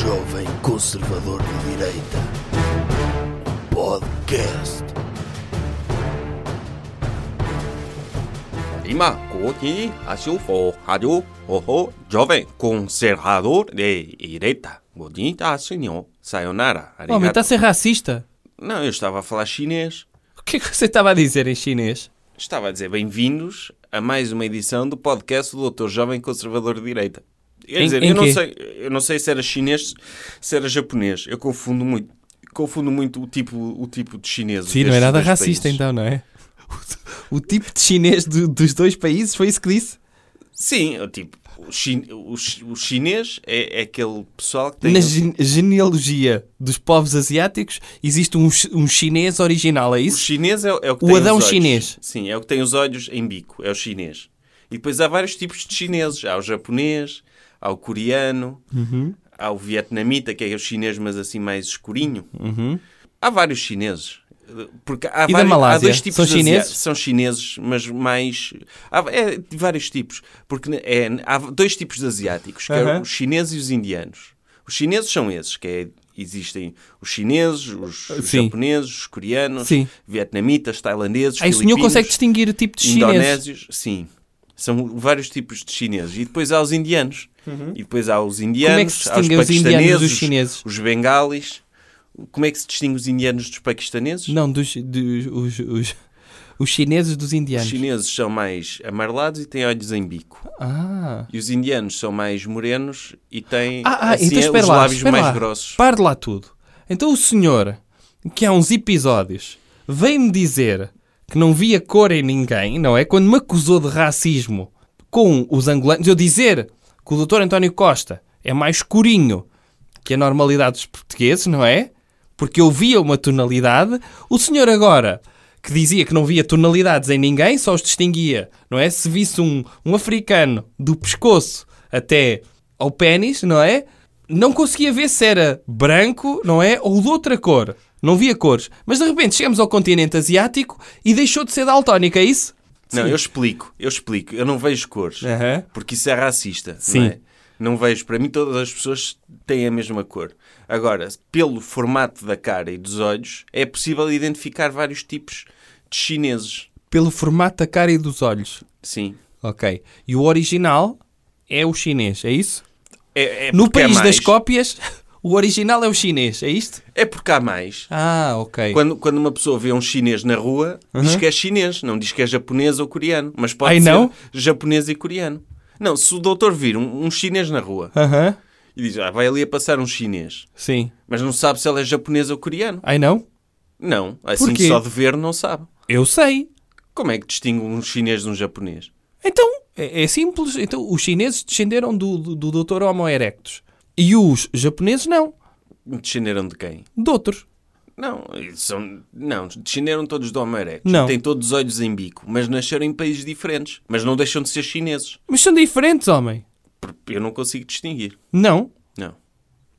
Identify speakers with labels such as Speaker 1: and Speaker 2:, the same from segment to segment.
Speaker 1: Jovem Conservador de Direita. Podcast.
Speaker 2: 今、こうき、あしゅほ、はりょ、ほほ、ジョベン、コンセラドルで、イレタ、ボディタ、シニョ、さよなら、あり
Speaker 3: Homem,
Speaker 2: a
Speaker 3: está tá a ser racista.
Speaker 2: Não, eu estava a falar chinês.
Speaker 3: O que é que você estava a dizer em chinês?
Speaker 2: Estava a dizer bem-vindos a mais uma edição do podcast do Doutor Jovem Conservador de Direita. Quer
Speaker 3: Em-
Speaker 2: dizer,
Speaker 3: em
Speaker 2: eu, não
Speaker 3: quê?
Speaker 2: sei, eu não sei se era chinês, se era japonês. Eu confundo muito. Confundo muito o tipo, o tipo de chinês.
Speaker 3: Sim, não é nada racista então, não é? O tipo de chinês do- dos dois países foi isso que disse?
Speaker 2: Sim, eu, tipo, o, chin, o, chi- o chinês é, é aquele pessoal que tem...
Speaker 3: Na gen- genealogia dos povos asiáticos existe um, chi- um chinês original, é
Speaker 2: O
Speaker 3: isso?
Speaker 2: chinês é, é o que
Speaker 3: O
Speaker 2: tem
Speaker 3: Adão
Speaker 2: os olhos.
Speaker 3: chinês.
Speaker 2: Sim, é o que tem os olhos em bico, é o chinês. E depois há vários tipos de chineses. Há o japonês, há o coreano,
Speaker 3: Uhum.
Speaker 2: há o vietnamita, que é o chinês, mas assim mais escurinho. Há vários chineses. Porque há,
Speaker 3: Uhum. da
Speaker 2: vários, há
Speaker 3: Malásia?
Speaker 2: dois tipos
Speaker 3: São
Speaker 2: de asiáticos.
Speaker 3: chineses?
Speaker 2: São chineses, mas mais... Há é, de vários tipos. Porque é, há dois tipos de asiáticos, que é
Speaker 3: Aham.
Speaker 2: os chineses e os indianos. Os chineses são esses, que é, existem os chineses, os, os
Speaker 3: Sim.
Speaker 2: japoneses, os coreanos,
Speaker 3: Sim.
Speaker 2: vietnamitas, tailandeses,
Speaker 3: Aí o senhor
Speaker 2: filipinos,
Speaker 3: consegue distinguir o tipo de chinês?
Speaker 2: indonésios. Sim, são vários tipos de chineses. E depois há os indianos. E depois há os indianos,
Speaker 3: Uhum. Como é que se
Speaker 2: há os
Speaker 3: distinguem os indianos
Speaker 2: paquistaneses,
Speaker 3: dos
Speaker 2: os-
Speaker 3: chineses?
Speaker 2: os bengalis. Como é que se distingue os indianos dos paquistaneses?
Speaker 3: Não, dos, dos os, os, os chineses dos
Speaker 2: Os
Speaker 3: indianos.
Speaker 2: chineses são mais amarelados e têm olhos em bico.
Speaker 3: Ah,
Speaker 2: E os indianos são mais morenos e têm
Speaker 3: ah, ah
Speaker 2: assim,
Speaker 3: então espera
Speaker 2: os
Speaker 3: lá,
Speaker 2: lábios
Speaker 3: espera
Speaker 2: mais
Speaker 3: lá.
Speaker 2: grossos.
Speaker 3: Pare lá tudo. Então o senhor, que há uns episódios, veio-me dizer que não via cor em ninguém, não é? Quando me acusou de racismo com os angolanos, eu dizer que o Dr. António Costa é mais escurinho que a normalidade dos portugueses, não é? Porque eu via uma tonalidade. O senhor agora, que dizia que não via tonalidades em ninguém, só os distinguia, não é? Se visse um, um africano do pescoço até ao pênis, não é? Não conseguia ver se era branco, não é? Ou de outra cor. Não via cores. Mas de repente chegamos ao continente asiático e deixou de ser daltónico, é isso?
Speaker 2: Não, eu explico, eu explico. Eu não vejo cores.
Speaker 3: Aham.
Speaker 2: Porque isso é racista.
Speaker 3: Sim.
Speaker 2: Não, é? não vejo. Para mim, todas as pessoas têm a mesma cor. Agora, pelo formato da cara e dos olhos, é possível identificar vários tipos de chineses.
Speaker 3: Pelo formato da cara e dos olhos.
Speaker 2: Sim.
Speaker 3: Ok. E o original é o chinês, é isso?
Speaker 2: É, é
Speaker 3: No
Speaker 2: porque há
Speaker 3: país das
Speaker 2: mais.
Speaker 3: cópias, o original é o chinês, é isto?
Speaker 2: É porque há mais.
Speaker 3: Ah, ok.
Speaker 2: Quando, quando uma pessoa vê um chinês na rua, diz que é chinês, não diz que é japonês ou coreano. Mas pode
Speaker 3: Ai,
Speaker 2: ser
Speaker 3: não?
Speaker 2: japonês e coreano. Não, se o doutor vir um, um chinês na rua
Speaker 3: Aham,
Speaker 2: e diz, ah, vai ali a passar um chinês,
Speaker 3: sim.
Speaker 2: mas não sabe se ele é japonês ou coreano.
Speaker 3: Ai não?
Speaker 2: Não, assim
Speaker 3: Porquê?
Speaker 2: só de ver não sabe.
Speaker 3: Eu sei.
Speaker 2: Como é que distingue um chinês de um japonês?
Speaker 3: Então, é, é simples. Então, os chineses descenderam do, do, do Dr. Homo erectus. E os japoneses não.
Speaker 2: Descenderam de quem?
Speaker 3: De outros.
Speaker 2: Não, eles são, não, descenderam todos do Homo erectus.
Speaker 3: Não.
Speaker 2: Têm todos os olhos em bico, mas nasceram em países diferentes. Mas não deixam de ser chineses.
Speaker 3: Mas são diferentes, homem.
Speaker 2: Porque Eu não consigo distinguir.
Speaker 3: Não.
Speaker 2: Não.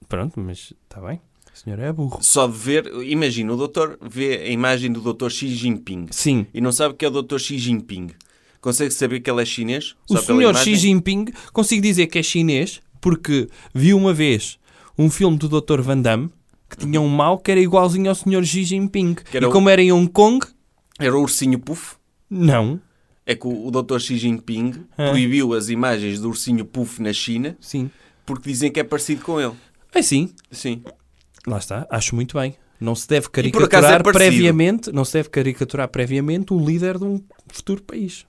Speaker 3: Pronto, mas está bem. O senhor é burro.
Speaker 2: Só de ver, imagina, o doutor vê a imagem do doutor Xi Jinping
Speaker 3: Sim.
Speaker 2: e não sabe que é o doutor Xi Jinping. Consegue saber que ele é chinês?
Speaker 3: O
Speaker 2: Só pela
Speaker 3: senhor Xi
Speaker 2: imagem?
Speaker 3: Jinping, consigo dizer que é chinês porque vi uma vez um filme do Dr. Van Damme que tinha um mau que era igualzinho ao senhor Xi Jinping.
Speaker 2: era
Speaker 3: E
Speaker 2: o-
Speaker 3: como era em Hong Kong,
Speaker 2: Era o ursinho puff?
Speaker 3: não.
Speaker 2: É que o, o doutor Xi Jinping
Speaker 3: Ah.
Speaker 2: proibiu as imagens do ursinho puff na China
Speaker 3: Sim.
Speaker 2: porque dizem que é parecido com ele.
Speaker 3: É sim.
Speaker 2: Sim.
Speaker 3: Lá está, acho muito bem. Não se deve
Speaker 2: por acaso é
Speaker 3: caricaturar
Speaker 2: parecido.
Speaker 3: previamente, não se deve caricaturar previamente o líder de um futuro país.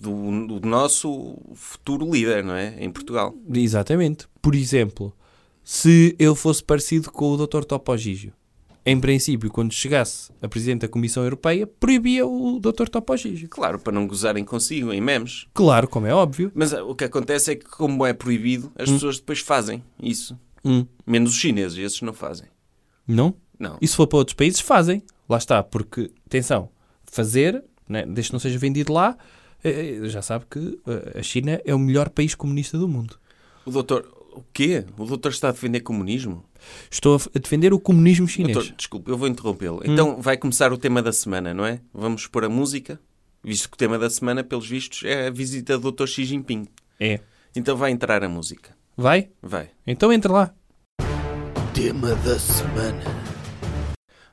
Speaker 2: Do, do nosso futuro líder, não é? Em Portugal.
Speaker 3: Exatamente. Por exemplo, se eu fosse parecido com o Dr. Topogígio, em princípio, quando chegasse a presidente da Comissão Europeia, proibia o Dr. Topogígio.
Speaker 2: Claro, para não gozarem consigo, em memes.
Speaker 3: Claro, como é óbvio.
Speaker 2: Mas ah, o que acontece é que, como é proibido, as pessoas depois fazem isso.
Speaker 3: Hum,
Speaker 2: Menos os chineses, esses não fazem.
Speaker 3: não?
Speaker 2: Não.
Speaker 3: E se for para outros países, fazem. Lá está, porque, atenção, fazer, né, desde que não seja vendido lá, eh, eh, já sabe que eh, a China é o melhor país comunista do mundo.
Speaker 2: O doutor. O quê? O doutor está a defender comunismo?
Speaker 3: Estou a f- a defender o comunismo chinês.
Speaker 2: Doutor, desculpe, eu vou interrompê-lo.
Speaker 3: Hum.
Speaker 2: Então vai começar o tema da semana, não é? Vamos pôr a música, visto que o tema da semana, pelos vistos, é a visita do doutor Xi Jinping.
Speaker 3: É.
Speaker 2: Então vai entrar a música.
Speaker 3: Vai?
Speaker 2: Vai.
Speaker 3: Então entra lá.
Speaker 1: tema da semana.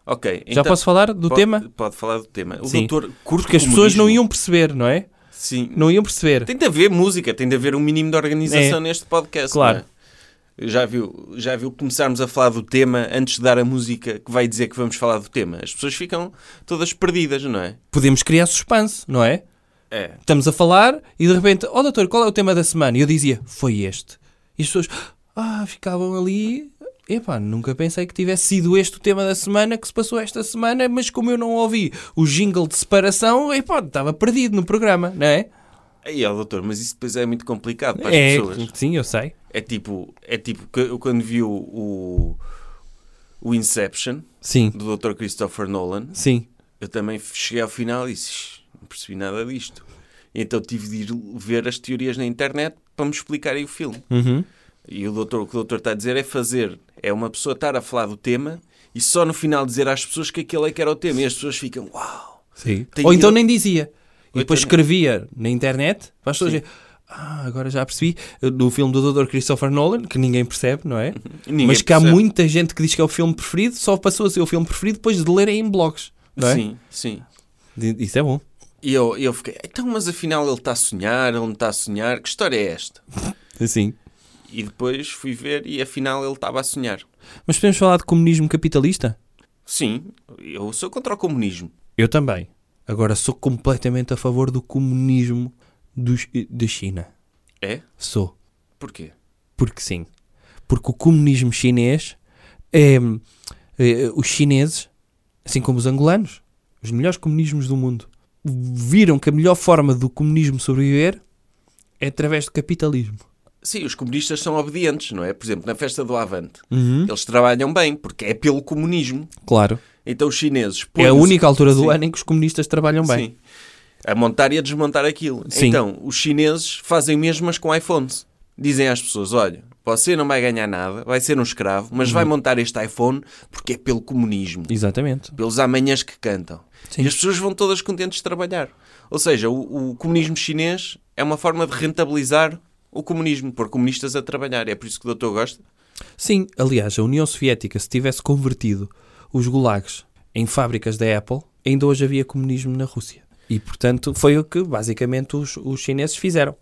Speaker 2: Ok.
Speaker 3: Já posso falar do
Speaker 2: pode-
Speaker 3: tema?
Speaker 2: Pode falar do tema. O
Speaker 3: Sim.
Speaker 2: doutor curto
Speaker 3: Porque as pessoas não
Speaker 2: comunismo.
Speaker 3: iam perceber, não é?
Speaker 2: Sim.
Speaker 3: Não iam perceber.
Speaker 2: Tem de haver música, tem de haver um mínimo de organização
Speaker 3: É.
Speaker 2: neste podcast.
Speaker 3: Claro.
Speaker 2: não é? Já viu, já viu começarmos a falar do tema antes de dar a música que vai dizer que vamos falar do tema? As pessoas ficam todas perdidas, não é?
Speaker 3: Podemos criar suspense, não é?
Speaker 2: É.
Speaker 3: Estamos a falar e de repente, oh doutor, qual é o tema da semana? E eu dizia, foi este. E as pessoas, ah, ficavam ali. Epá, nunca pensei que tivesse sido este o tema da semana que se passou esta semana, mas como eu não ouvi o jingle de separação, epá, estava perdido no programa, não é?
Speaker 2: Aí, ó, doutor, mas isso depois é muito complicado para as
Speaker 3: é
Speaker 2: pessoas.
Speaker 3: sim, eu sei.
Speaker 2: É tipo, é tipo, que eu quando vi o, o, o Inception
Speaker 3: Sim,
Speaker 2: do Dr. Christopher Nolan,
Speaker 3: sim.
Speaker 2: eu também cheguei ao final e disse, "Shh, não percebi nada disto. Então tive de ir ver as teorias na internet para me explicarem o filme.
Speaker 3: Uhum.
Speaker 2: E o doutor, o que o doutor está a dizer é fazer, é uma pessoa estar a falar do tema e só no final dizer às pessoas que aquele é que era o tema. E as pessoas ficam, uau!
Speaker 3: Sim.
Speaker 2: Tem
Speaker 3: Ou
Speaker 2: que-
Speaker 3: então nem dizia. E
Speaker 2: Ou
Speaker 3: depois
Speaker 2: então-
Speaker 3: escrevia na internet para as pessoas dizerem, ah, agora já percebi, do filme do Dr. Christopher Nolan, que ninguém percebe, não é?
Speaker 2: Uhum. Ninguém
Speaker 3: Mas que há
Speaker 2: percebe.
Speaker 3: muita gente que diz que é o filme preferido, só passou a ser o filme preferido depois de lerem em blogs, não é?
Speaker 2: Sim, sim.
Speaker 3: D- Isso é bom.
Speaker 2: E eu, eu fiquei, então, mas afinal ele está a sonhar, ele não está a sonhar, que história é esta?
Speaker 3: Sim.
Speaker 2: E depois fui ver e afinal ele estava a sonhar.
Speaker 3: Mas podemos falar de comunismo capitalista?
Speaker 2: Sim, eu sou contra o comunismo.
Speaker 3: Eu também. Agora sou completamente a favor do comunismo dos, eh, da China.
Speaker 2: É?
Speaker 3: Sou.
Speaker 2: Porquê?
Speaker 3: Porque sim. Porque o comunismo chinês é, é, os chineses, assim como os angolanos, os melhores comunismos do mundo, viram que a melhor forma do comunismo sobreviver é através do capitalismo.
Speaker 2: Sim, os comunistas são obedientes, não é? Por exemplo, na festa do Avante,
Speaker 3: Uhum.
Speaker 2: eles trabalham bem, porque é pelo comunismo.
Speaker 3: Claro.
Speaker 2: Então os chineses...
Speaker 3: É a
Speaker 2: põem-se-
Speaker 3: única altura do
Speaker 2: Sim.
Speaker 3: ano em que os comunistas trabalham bem.
Speaker 2: Sim. A montar e a desmontar aquilo.
Speaker 3: Sim.
Speaker 2: Então, os chineses fazem mesmo, mas com iPhones. Dizem às pessoas, olha, você não vai ganhar nada, vai ser um escravo, mas
Speaker 3: Uhum.
Speaker 2: vai montar este iPhone porque é pelo comunismo.
Speaker 3: Exatamente.
Speaker 2: Pelos amanhãs que cantam.
Speaker 3: Sim.
Speaker 2: E as pessoas vão todas contentes de trabalhar. Ou seja, o, o comunismo chinês é uma forma de rentabilizar o comunismo, pôr comunistas a trabalhar. É por isso que o doutor gosta.
Speaker 3: Sim, aliás, a União Soviética, se tivesse convertido os gulags em fábricas da Apple, ainda hoje havia comunismo na Rússia. E, portanto, foi o que basicamente os, os chineses fizeram.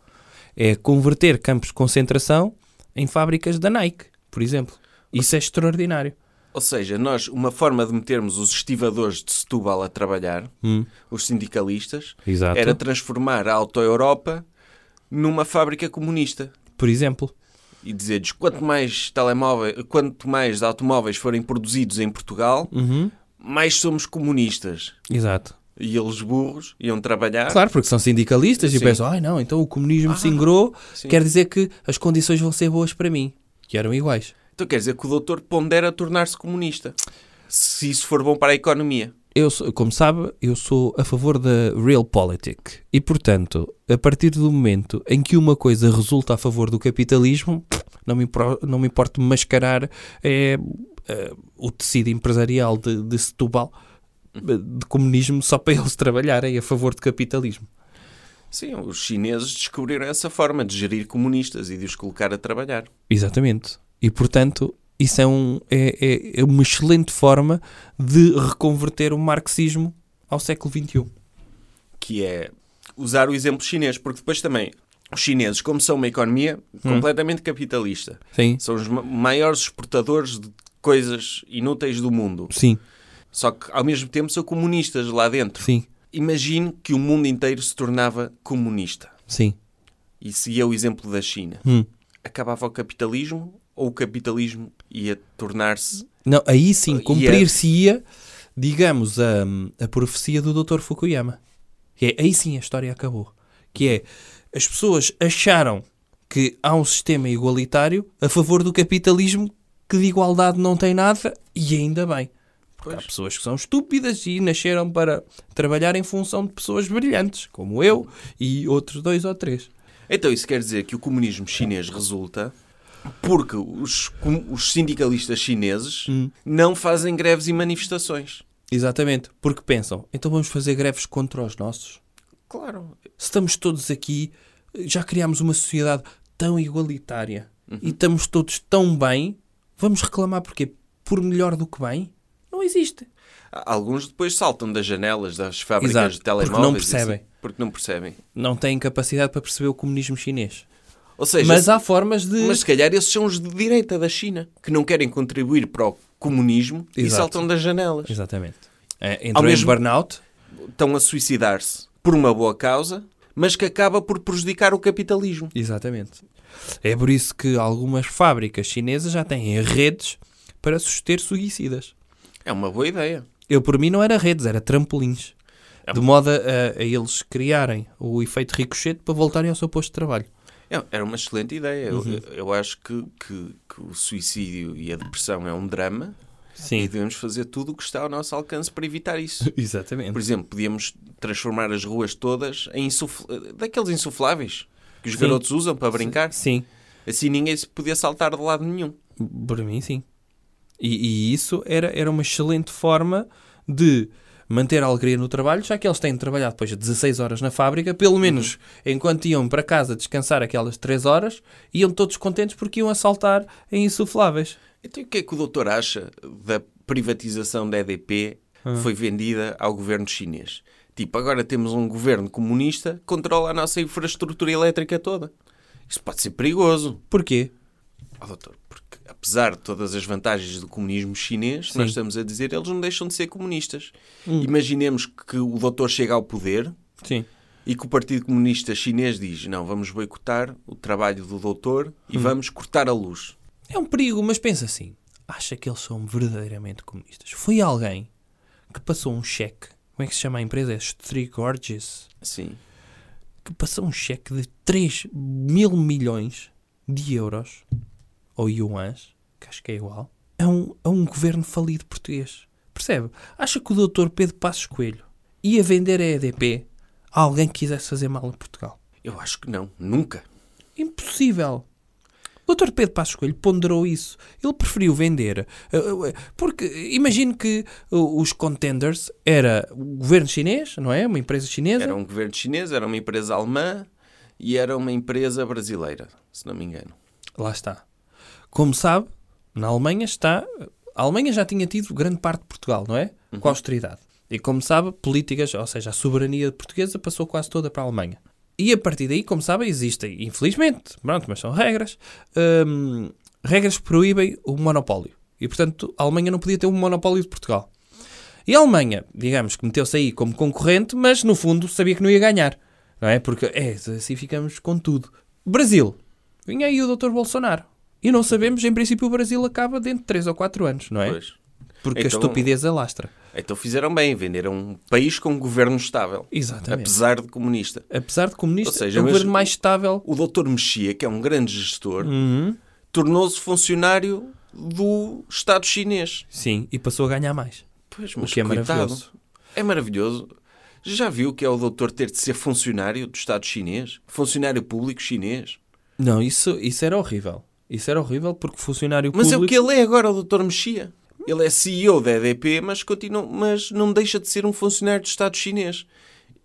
Speaker 3: É converter campos de concentração em fábricas da Nike, por exemplo. Isso é extraordinário.
Speaker 2: Ou seja, nós, uma forma de metermos os estivadores de Setúbal a trabalhar, os sindicalistas,
Speaker 3: Hum. Exato.
Speaker 2: era transformar a Auto-Europa numa fábrica comunista.
Speaker 3: Por exemplo.
Speaker 2: E dizer-lhes, quanto mais, telemóvel, quanto mais automóveis forem produzidos em Portugal,
Speaker 3: Uhum.
Speaker 2: mais somos comunistas.
Speaker 3: Exato.
Speaker 2: E eles burros iam trabalhar.
Speaker 3: Claro, porque são sindicalistas e
Speaker 2: Sim. Ah,
Speaker 3: pensam, ai não, então o comunismo se ingrou,
Speaker 2: sim.
Speaker 3: quer dizer que as condições vão ser boas para mim. Que eram iguais.
Speaker 2: Então quer dizer que o doutor pondera tornar-se comunista. Se isso for bom para a economia.
Speaker 3: Eu, sou- como sabe, eu sou a favor da real politic. E, portanto, a partir do momento em que uma coisa resulta a favor do capitalismo, não me, impro- não me importo mascarar eh, eh, o tecido empresarial de, de Setúbal eh, de comunismo só para eles trabalharem a favor de capitalismo.
Speaker 2: Sim, os chineses descobriram essa forma de gerir comunistas e de os colocar a trabalhar.
Speaker 3: Exatamente. E, portanto, isso é, um, é, é- é uma excelente forma de reconverter o marxismo ao século um. XXI.
Speaker 2: que é usar o exemplo chinês, porque depois também os chineses, como são uma economia
Speaker 3: Hum.
Speaker 2: completamente capitalista,
Speaker 3: Sim.
Speaker 2: são os ma- maiores exportadores de coisas inúteis do mundo,
Speaker 3: Sim,
Speaker 2: só que ao mesmo tempo são comunistas lá dentro.
Speaker 3: sim,
Speaker 2: Imagine que o mundo inteiro se tornava comunista
Speaker 3: sim.
Speaker 2: e seguia o exemplo da China.
Speaker 3: Hum.
Speaker 2: Acabava o capitalismo ou o capitalismo ia tornar-se
Speaker 3: Não, aí sim
Speaker 2: E é-
Speaker 3: cumprir-se-ia, digamos, a, a profecia do Dr. Fukuyama. Que é, aí sim a história acabou. Que é, as pessoas acharam que há um sistema igualitário a favor do capitalismo que de igualdade não tem nada e ainda bem. Porque há pessoas que são estúpidas e nasceram para trabalhar em função de pessoas brilhantes, como eu e outros dois ou três.
Speaker 2: Então isso quer dizer que o comunismo chinês resulta porque os, com- os sindicalistas chineses
Speaker 3: Hum.
Speaker 2: não fazem greves e manifestações.
Speaker 3: Exatamente. Porque pensam, então vamos fazer greves contra os nossos.
Speaker 2: Claro.
Speaker 3: estamos todos aqui, já criámos uma sociedade tão igualitária e estamos todos tão bem, Vamos reclamar porquê? Por melhor do que bem? Não existe.
Speaker 2: Alguns depois saltam das janelas das fábricas
Speaker 3: Exato,
Speaker 2: de
Speaker 3: porque não
Speaker 2: telemóveis. e assim,
Speaker 3: percebem.
Speaker 2: porque não percebem.
Speaker 3: Não têm capacidade para perceber o comunismo chinês.
Speaker 2: Ou seja,
Speaker 3: Mas há formas de.
Speaker 2: Mas se calhar esses são os de direita da China, que não querem contribuir para o comunismo e
Speaker 3: Exato.
Speaker 2: saltam das janelas.
Speaker 3: Exatamente. É,
Speaker 2: Ao
Speaker 3: entrou
Speaker 2: mesmo-
Speaker 3: em burnout.
Speaker 2: Estão a suicidar-se por uma boa causa, mas que acaba por prejudicar o capitalismo.
Speaker 3: Exatamente. É por isso que algumas fábricas chinesas já têm redes para suster suicidas.
Speaker 2: É uma boa ideia.
Speaker 3: Eu, por mim, não era redes, era trampolins.
Speaker 2: É
Speaker 3: De modo a, a eles criarem o efeito ricochete para voltarem ao seu posto de trabalho.
Speaker 2: É- Era uma excelente ideia.
Speaker 3: Uhum.
Speaker 2: Eu- Eu, eu acho que, que- que o suicídio e a depressão é um drama e
Speaker 3: Sim,
Speaker 2: devemos fazer tudo o que está ao nosso alcance para evitar isso.
Speaker 3: exatamente.
Speaker 2: Por exemplo, podíamos transformar as ruas todas em insufl... daqueles insufláveis que os
Speaker 3: Sim.
Speaker 2: garotos usam para brincar.
Speaker 3: Sim,
Speaker 2: Assim ninguém se podia saltar de lado nenhum.
Speaker 3: por mim, sim. E, e isso era, era uma excelente forma de manter a alegria no trabalho, já que eles têm de trabalhar depois de 16 horas na fábrica, pelo menos enquanto iam para casa descansar aquelas 3 horas, iam todos contentes porque iam assaltar em insufláveis.
Speaker 2: Então, e o que é que o doutor acha da privatização da EDP
Speaker 3: Ah.
Speaker 2: que foi vendida ao governo chinês? Tipo, agora temos um governo comunista que controla a nossa infraestrutura elétrica toda. Isso pode ser perigoso.
Speaker 3: Porquê?
Speaker 2: Ó, doutor, porque apesar de todas as vantagens do comunismo chinês, nós estamos a dizer, eles não deixam de ser comunistas.
Speaker 3: Hum.
Speaker 2: Imaginemos que o doutor chega ao poder
Speaker 3: Sim.
Speaker 2: e que o Partido Comunista Chinês diz, não, vamos boicotar o trabalho do doutor
Speaker 3: Hum.
Speaker 2: e vamos cortar a luz.
Speaker 3: É um perigo, mas pensa assim. Acha que eles são verdadeiramente comunistas? Foi alguém que passou um cheque. Como é que se chama a empresa? É Three Gorges.
Speaker 2: Sim.
Speaker 3: Que passou um cheque de 3 mil milhões de euros ou yuans, que acho que é igual, a um, a um governo falido português. Percebe? Acha que o doutor Pedro Passos Coelho ia vender a EDP a alguém que quisesse fazer mal a Portugal?
Speaker 2: Eu acho que não. Nunca.
Speaker 3: Impossível. O Dr. Pedro Passos Coelho ponderou isso. Ele preferiu vender. eh, eh, Porque eh, imagino que o- os contenders era o governo chinês, não é? Uma empresa chinesa.
Speaker 2: Era um governo chinês, era uma empresa alemã e era uma empresa brasileira, se não me engano.
Speaker 3: Lá está. Como sabe, na Alemanha está. A Alemanha já tinha tido grande parte de Portugal, não é? Com a austeridade. E como sabe, políticas, ou seja, a soberania portuguesa passou quase toda para a Alemanha. E a partir daí, como sabe, existem, infelizmente, pronto, mas são regras, hum, regras que proíbem o monopólio. E portanto, a Alemanha não podia ter um monopólio de Portugal. E a Alemanha, digamos que meteu-se aí como concorrente, mas no fundo sabia que não ia ganhar. Não é? Porque é, assim ficamos com tudo. Brasil. Vinha aí o Dr. Bolsonaro. E não sabemos, em princípio, o Brasil acaba dentro de 3 ou 4 anos, não é?
Speaker 2: Pois.
Speaker 3: Porque
Speaker 2: Então-
Speaker 3: a estupidez alastra.
Speaker 2: Então fizeram bem, venderam um país com um governo estável.
Speaker 3: Exatamente.
Speaker 2: Apesar de comunista.
Speaker 3: Apesar de comunista,
Speaker 2: Ou seja,
Speaker 3: é o
Speaker 2: mas-
Speaker 3: governo mais estável.
Speaker 2: O doutor Mexia, que é um grande gestor,
Speaker 3: Uhum.
Speaker 2: tornou-se funcionário do Estado chinês.
Speaker 3: Sim, e passou a ganhar mais.
Speaker 2: Pois,
Speaker 3: O
Speaker 2: mas
Speaker 3: que é
Speaker 2: coitado.
Speaker 3: maravilhoso.
Speaker 2: É maravilhoso. Já viu que é o doutor ter de ser funcionário do Estado chinês? Funcionário público chinês?
Speaker 3: Não, isso, isso era horrível. Isso era horrível porque funcionário
Speaker 2: Mas é o
Speaker 3: público...
Speaker 2: que ele é agora, o doutor Mexia. Ele é CEO da EDP, mas, continua, mas não deixa de ser um funcionário do Estado chinês.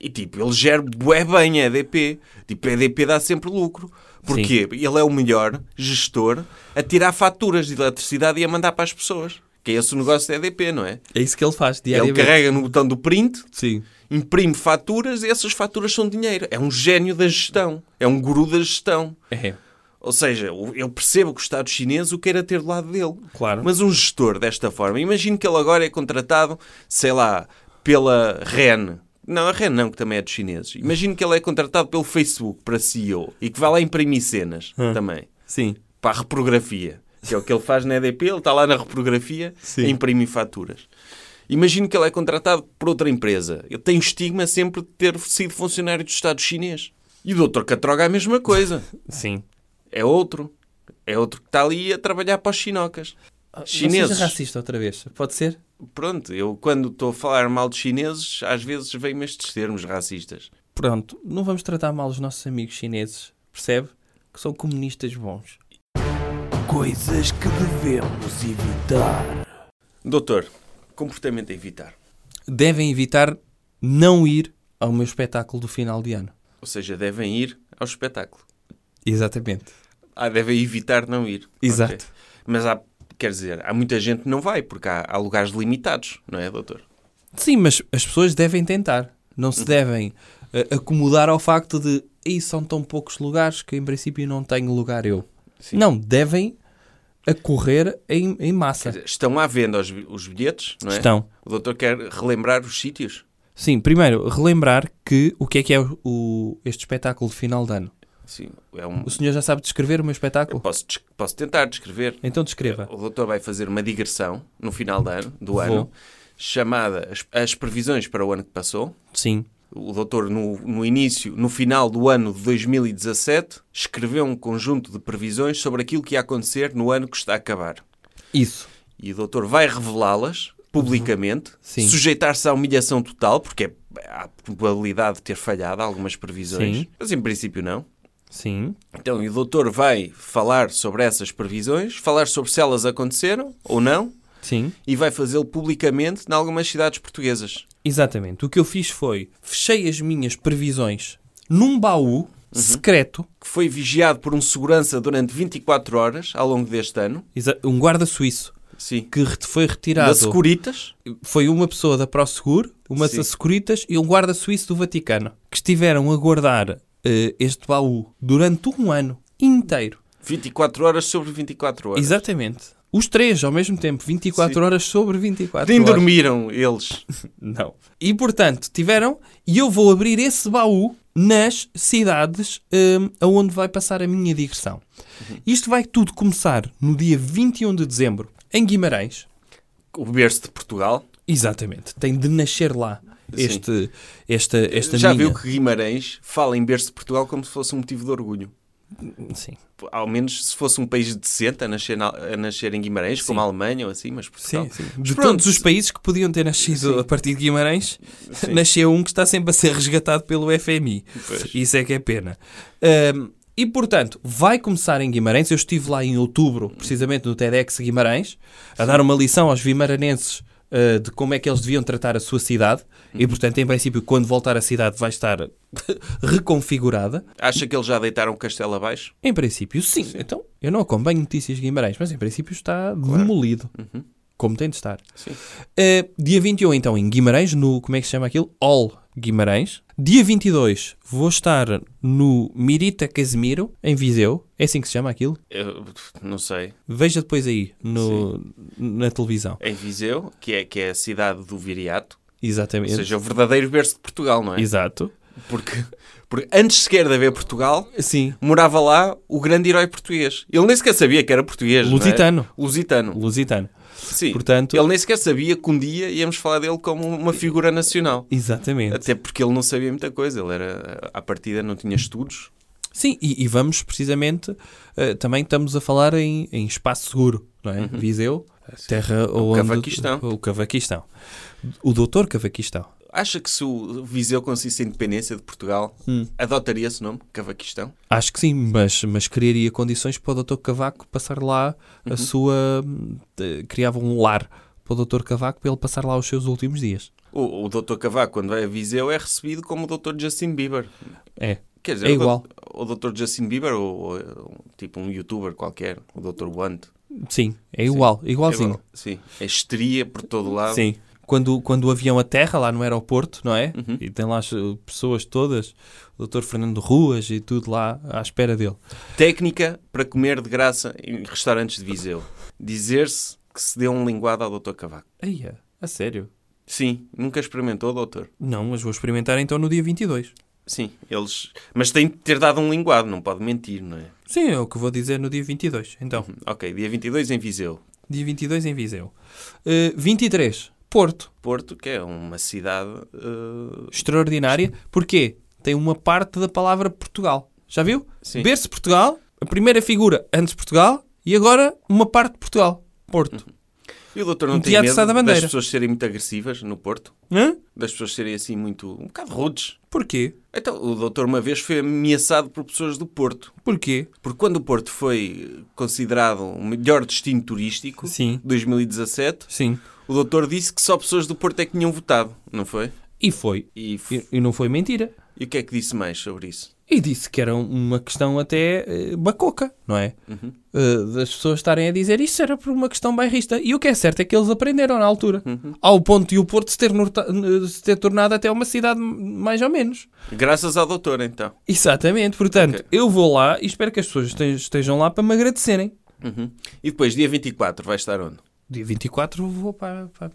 Speaker 2: E tipo, ele gera bué bem a EDP. Tipo, a EDP dá sempre lucro. Porquê? Ele é o melhor gestor a tirar faturas de eletricidade e a mandar para as pessoas. Que é esse o negócio da EDP, não é?
Speaker 3: É isso que ele faz
Speaker 2: Ele
Speaker 3: diariamente.
Speaker 2: carrega no botão do print,
Speaker 3: Sim.
Speaker 2: imprime faturas e essas faturas são dinheiro. É um gênio da gestão. É um guru da gestão.
Speaker 3: É.
Speaker 2: Ou seja, o- eu percebo que o Estado chinês o queira ter do lado dele.
Speaker 3: Claro.
Speaker 2: Mas um gestor desta forma, imagino que ele agora é contratado, sei lá, pela REN. Não, a REN não, que também é dos chineses. Imagino que ele é contratado pelo Facebook para CEO e que vai lá imprimir cenas
Speaker 3: Hum.
Speaker 2: também,
Speaker 3: Sim.
Speaker 2: para a reprografia. Que é o que ele faz na EDP, ele está lá na reprografia
Speaker 3: Sim.
Speaker 2: a imprimir faturas. Imagino que ele é contratado por outra empresa. Ele tem o estigma sempre de ter sido funcionário do Estado chinês. E o Dr. Catroga é a mesma coisa
Speaker 3: Sim.
Speaker 2: é outro. É outro que está ali a trabalhar para os chinocas. Chineses.
Speaker 3: Ah, Não seja é racista outra vez. Pode ser?
Speaker 2: Pronto, eu quando estou a falar mal de chineses, às vezes vêm-me estes termos racistas.
Speaker 3: Pronto, não vamos tratar mal os nossos amigos chineses, percebe? Que são comunistas bons.
Speaker 1: Coisas que devemos evitar.
Speaker 2: Doutor, comportamento a evitar.
Speaker 3: Devem evitar não ir ao meu espetáculo do final de ano.
Speaker 2: Ou seja, devem ir ao espetáculo.
Speaker 3: Exatamente.
Speaker 2: Ah, devem evitar não ir.
Speaker 3: Exato.
Speaker 2: Ok. Mas há quer dizer, há muita gente que não vai, porque há, há lugares limitados, não é, doutor?
Speaker 3: Sim, mas as pessoas devem tentar. Não
Speaker 2: Uhum.
Speaker 3: se devem eh, acomodar ao facto de aí são tão poucos lugares que em princípio não tenho lugar eu.
Speaker 2: Sim.
Speaker 3: Não, devem a correr em, em massa.
Speaker 2: Quer dizer, estão à venda os, bi- os bilhetes, não é?
Speaker 3: Estão.
Speaker 2: O doutor quer relembrar os sítios.
Speaker 3: Sim, primeiro, relembrar que o que é que é o- o- este espetáculo de final de ano.
Speaker 2: Sim, é um...
Speaker 3: O senhor já sabe descrever o meu espetáculo?
Speaker 2: posso, des- posso tentar descrever.
Speaker 3: Então descreva.
Speaker 2: O doutor vai fazer uma digressão no final do ano, do
Speaker 3: Vou.
Speaker 2: ano chamada as, as previsões para o ano que passou.
Speaker 3: Sim.
Speaker 2: O doutor, no, no início, no final do ano de 2017, escreveu um conjunto de previsões sobre aquilo que ia acontecer no ano que está a acabar.
Speaker 3: Isso.
Speaker 2: E o doutor vai revelá-las publicamente,
Speaker 3: Uhum. Sim.
Speaker 2: sujeitar-se à humilhação total, porque é, há probabilidade de ter falhado algumas previsões,
Speaker 3: Sim.
Speaker 2: mas em princípio não.
Speaker 3: Sim.
Speaker 2: Então, e o doutor vai falar sobre essas previsões, falar sobre se elas aconteceram ou não,
Speaker 3: Sim.
Speaker 2: e vai fazê-lo publicamente em algumas cidades portuguesas.
Speaker 3: Exatamente. O que eu fiz foi fechei as minhas previsões num
Speaker 2: Uhum.
Speaker 3: baú secreto,
Speaker 2: Que foi vigiado por um segurança durante 24 horas ao longo deste ano.
Speaker 3: exa- um guarda suíço,
Speaker 2: Sim.
Speaker 3: que re- foi
Speaker 2: Da
Speaker 3: retirado.
Speaker 2: Securitas.
Speaker 3: Foi uma pessoa da ProSegur, uma
Speaker 2: Sim.
Speaker 3: da Securitas e um guarda suíço do Vaticano, que estiveram a guardar eh, este baú durante um ano inteiro.
Speaker 2: 24 horas sobre 24 horas.
Speaker 3: Exatamente. Os três ao mesmo tempo, 24
Speaker 2: Sim.
Speaker 3: horas sobre 24
Speaker 2: Nem
Speaker 3: horas.
Speaker 2: dormiram eles.
Speaker 3: Não. E portanto, tiveram, e eu vou abrir esse baú nas cidades hum, aonde vai passar a minha digressão.
Speaker 2: Uhum.
Speaker 3: Isto vai tudo começar no dia 21 de dezembro, em Guimarães.
Speaker 2: O berço de Portugal.
Speaker 3: Exatamente. Tem de nascer lá este, esta, esta
Speaker 2: Já
Speaker 3: minha...
Speaker 2: viu que Guimarães fala em berço de Portugal como se fosse um motivo de orgulho.
Speaker 3: Sim.
Speaker 2: Ao menos se fosse um país decente a nascer, na- a nascer em Guimarães, como a Alemanha ou assim, mas Portugal.
Speaker 3: Sim, sim. De
Speaker 2: pronto,
Speaker 3: todos os países que podiam ter nascido a partir de Guimarães, nasceu um que está sempre a ser resgatado pelo FMI.
Speaker 2: Pois.
Speaker 3: Isso é que é pena. Ahm, e, portanto, vai começar em Guimarães. Eu estive lá em outubro, precisamente no TEDx Guimarães, a dar uma lição aos vimaranenses ah, de como é que eles deviam tratar a sua cidade.
Speaker 2: Uhum.
Speaker 3: E, portanto, em princípio, quando voltar à cidade vai estar reconfigurada.
Speaker 2: Acha que eles já deitaram o castelo abaixo?
Speaker 3: Em princípio, sim. Então, eu não acompanho notícias de Guimarães, mas em princípio está demolido.
Speaker 2: Uhum.
Speaker 3: Como tem de estar.
Speaker 2: Sim.
Speaker 3: Uh, dia 21, então, em Guimarães, no. Como é que se chama aquilo? All Guimarães. Dia 22, vou estar no Mirita Casemiro, em Viseu. É assim que se chama aquilo.
Speaker 2: Eu, não sei.
Speaker 3: Veja depois aí, no, na televisão.
Speaker 2: Em Viseu, que é, que é a cidade do Viriato,
Speaker 3: Exatamente.
Speaker 2: ou seja, é o verdadeiro berço de Portugal, não é?
Speaker 3: Exato.
Speaker 2: Porque, porque antes sequer de haver Portugal,
Speaker 3: Sim.
Speaker 2: morava lá o grande herói português. Ele nem sequer sabia que era português. não é?
Speaker 3: Lusitano.
Speaker 2: Lusitano.
Speaker 3: Lusitano.
Speaker 2: Sim.
Speaker 3: Portanto-
Speaker 2: Ele nem sequer sabia que um dia íamos falar dele como uma figura nacional.
Speaker 3: Exatamente.
Speaker 2: Até porque ele não sabia muita coisa. Ele era, à partida, não tinha estudos.
Speaker 3: Sim, e, e vamos precisamente, eh, também estamos a falar em, em espaço seguro, não é? Viseu, terra onde...
Speaker 2: Cavaquistão.
Speaker 3: O Cavaquistão. O doutor Cavaquistão.
Speaker 2: Acha que se o Viseu conseguisse a independência de Portugal,
Speaker 3: Hum.
Speaker 2: adotaria esse nome? Cavaquistão?
Speaker 3: Acho que sim, mas, mas criaria condições para o doutor Cavaco passar lá a sua... hum, de- criava um lar para o doutor Cavaco para ele passar lá os seus últimos dias.
Speaker 2: O, o Dr. Cavaco, quando vai a Viseu, é recebido como o Dr. Justin Bieber.
Speaker 3: É.
Speaker 2: Quer dizer,
Speaker 3: É
Speaker 2: o
Speaker 3: igual.
Speaker 2: dout- O Dr. Justin Bieber ou, ou tipo um youtuber qualquer, o Dr. Want.
Speaker 3: Sim, é igual, igualzinho.
Speaker 2: É, sim. É histeria por todo lado.
Speaker 3: Sim. Quando, quando o avião aterra lá no aeroporto, não é? E tem lá as eh, pessoas todas, o doutor Fernando Ruas e tudo lá à espera dele.
Speaker 2: Técnica para comer de graça em restaurantes de Viseu. Dizer-se que se deu um linguado ao Dr. Cavaco.
Speaker 3: Eia, eh, a sério?
Speaker 2: Sim, nunca experimentou, doutor.
Speaker 3: Não, mas vou experimentar então no dia 22.
Speaker 2: Sim, eles. Mas tem de ter dado um linguado, não pode mentir, não é?
Speaker 3: Sim, é o que vou dizer no dia 22. Então,
Speaker 2: Ok, dia 22 em Viseu.
Speaker 3: dia 22 em Viseu. Eh, 23, Porto.
Speaker 2: Porto, que é uma cidade. eh,
Speaker 3: Extraordinária. Porquê? Tem uma parte da palavra Portugal. Já viu?
Speaker 2: Sim.
Speaker 3: Berço Portugal, a primeira figura antes Portugal e agora uma parte de Portugal. Porto.
Speaker 2: E o doutor não
Speaker 3: Um
Speaker 2: tem
Speaker 3: teatro
Speaker 2: medo
Speaker 3: está da bandeira.
Speaker 2: das pessoas serem muito agressivas no Porto?
Speaker 3: Hã?
Speaker 2: Das pessoas serem assim muito. um bocado rudes?
Speaker 3: Porquê?
Speaker 2: Então, o doutor uma vez foi ameaçado por pessoas do Porto.
Speaker 3: Porquê?
Speaker 2: Porque quando o Porto foi considerado o melhor destino turístico,
Speaker 3: Sim.
Speaker 2: 2017,
Speaker 3: Sim.
Speaker 2: o doutor disse que só pessoas do Porto é que tinham votado, não foi?
Speaker 3: E foi.
Speaker 2: E f-
Speaker 3: E, e não foi mentira.
Speaker 2: E o que é que disse mais sobre isso?
Speaker 3: E disse que era uma questão até eh, bacoca, não é? Eh, das pessoas estarem a dizer isso era por uma questão bairrista. E o que é certo é que eles aprenderam na altura. Ao ponto de o Porto se ter, norta- eh, se ter tornado até uma cidade mais ou menos.
Speaker 2: Graças ao doutor, então.
Speaker 3: Exatamente. Portanto,
Speaker 2: Ok.
Speaker 3: eu vou lá e espero que as pessoas este- estejam lá para me agradecerem.
Speaker 2: Uhum. E depois, dia 24, vai estar onde?
Speaker 3: Dia 24 vou, para, para-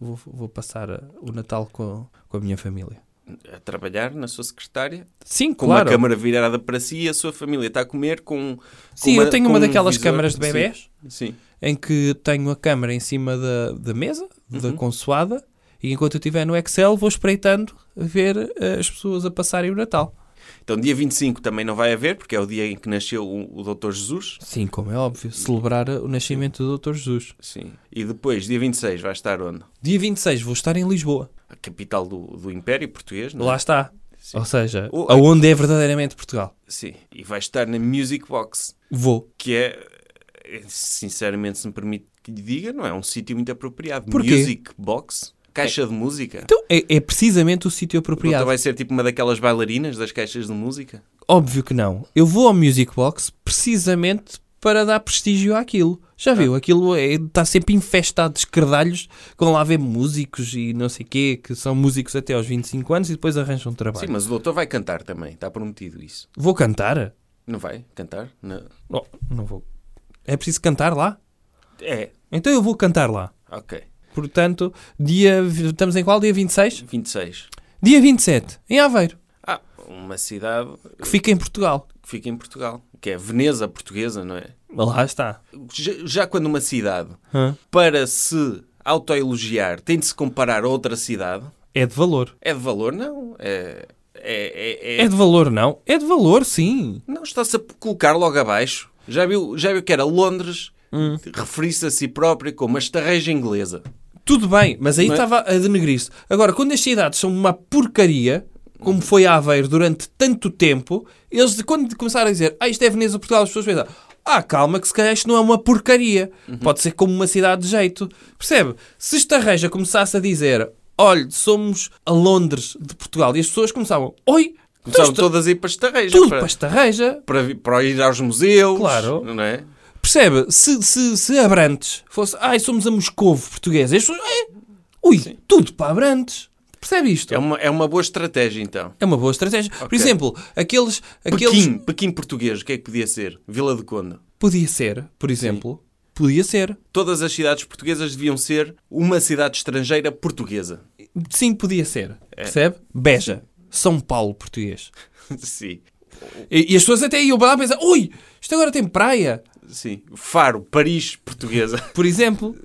Speaker 3: vou, vou passar eh, o Natal com, com a minha família.
Speaker 2: A trabalhar na sua secretária,
Speaker 3: Sim,
Speaker 2: com
Speaker 3: claro.
Speaker 2: uma câmara virada para si e a sua família está a comer com. com
Speaker 3: Sim, eu tenho
Speaker 2: com
Speaker 3: uma
Speaker 2: um
Speaker 3: daquelas
Speaker 2: visor.
Speaker 3: câmaras de
Speaker 2: Sim,
Speaker 3: bebés.
Speaker 2: Sim.
Speaker 3: em que tenho a câmera em cima da, da mesa,
Speaker 2: Uhum.
Speaker 3: da consoada, e enquanto eu estiver no Excel vou espreitando a ver eh, as pessoas a passarem o Natal.
Speaker 2: Então, dia 25 também não vai haver, porque é o dia em que nasceu o, o doutor Jesus.
Speaker 3: Sim, como é óbvio, celebrar uh, o nascimento do Dr. Jesus.
Speaker 2: Sim. E depois, dia 26, vai estar onde?
Speaker 3: Dia 26 vou estar em Lisboa.
Speaker 2: A capital do, do Império Português, não é?
Speaker 3: Lá está.
Speaker 2: Sim.
Speaker 3: Ou seja,
Speaker 2: O-
Speaker 3: aonde é verdadeiramente Portugal.
Speaker 2: Sim. E vai estar na Music Box,
Speaker 3: Vou.
Speaker 2: que é, eh, sinceramente, se me permite que lhe diga, não é um sítio muito apropriado.
Speaker 3: Porquê?
Speaker 2: Music Box? Caixa de música?
Speaker 3: Então é, é precisamente o sítio
Speaker 2: Então
Speaker 3: apropriado.
Speaker 2: vai ser tipo uma daquelas bailarinas das caixas de música?
Speaker 3: Óbvio que não. Eu vou ao Music Box precisamente para dar prestígio àquilo. Já viu? Aquilo é, está sempre infestado de escardalhos que vão lá ver músicos e não sei quê, que são músicos até aos 25 anos e depois arranjam um trabalho.
Speaker 2: Sim, mas o doutor vai cantar também, está prometido isso.
Speaker 3: Vou cantar?
Speaker 2: Não vai cantar? Não.
Speaker 3: Não, não vou. É preciso cantar lá?
Speaker 2: É,
Speaker 3: Então eu vou cantar lá.
Speaker 2: ok.
Speaker 3: Portanto, dia... estamos em qual? Dia 26?
Speaker 2: 26.
Speaker 3: Dia 27, em Aveiro,
Speaker 2: Ah, uma cidade
Speaker 3: que fica em Portugal.
Speaker 2: que fica em Portugal, que é Veneza portuguesa, não é?
Speaker 3: Lá está.
Speaker 2: Já, já quando uma cidade,
Speaker 3: Hã?
Speaker 2: para se autoelogiar, tem de se comparar a outra cidade,
Speaker 3: É de valor.
Speaker 2: é de valor? Não. É, é, é, é-
Speaker 3: É de valor, não? É de valor, sim.
Speaker 2: Não, está-se a colocar logo abaixo. Já viu, já viu que era Londres
Speaker 3: Hum.
Speaker 2: referir-se a si próprio como uma estarreja inglesa.
Speaker 3: Tudo bem, mas aí
Speaker 2: Não é?
Speaker 3: estava a denegrir-se. Agora, quando as cidades são uma porcaria, como foi a Aveiro durante tanto tempo, eles, de- quando começaram a dizer, ah, isto é Veneza, Portugal, as pessoas pensam, ah, calma, que se calhar isto não é uma porcaria. Pode ser como uma cidade de jeito. Percebe? Se esta reja começasse a dizer, olha, somos a Londres de Portugal, e as pessoas começavam, oi, então
Speaker 2: Começaram
Speaker 3: isto-
Speaker 2: todas a ir para estarreja.
Speaker 3: tudo
Speaker 2: para-
Speaker 3: para esta reja.
Speaker 2: para, vi- para ir aos museus,
Speaker 3: Claro.
Speaker 2: não é?
Speaker 3: Percebe? Se, se, se Abrantes fosse, ai, somos a Moscovo portuguesa, as pessoas, "Eh, ui, tudo para Abrantes. Percebe isto?
Speaker 2: É uma, é uma boa estratégia, então.
Speaker 3: É uma boa estratégia. Por exemplo, aqueles. aqueles
Speaker 2: Pequim, Pequim português, o que é que podia ser? Vila do Conde.
Speaker 3: Podia ser, por exemplo. Podia ser.
Speaker 2: Todas as cidades portuguesas deviam ser uma cidade estrangeira portuguesa.
Speaker 3: Sim, podia ser.
Speaker 2: É.
Speaker 3: Percebe? Beja. São Paulo português.
Speaker 2: sim,
Speaker 3: E, e as pessoas até iam para lá pensar: ui, isto agora tem praia.
Speaker 2: sim. Faro, Paris portuguesa.
Speaker 3: Por exemplo.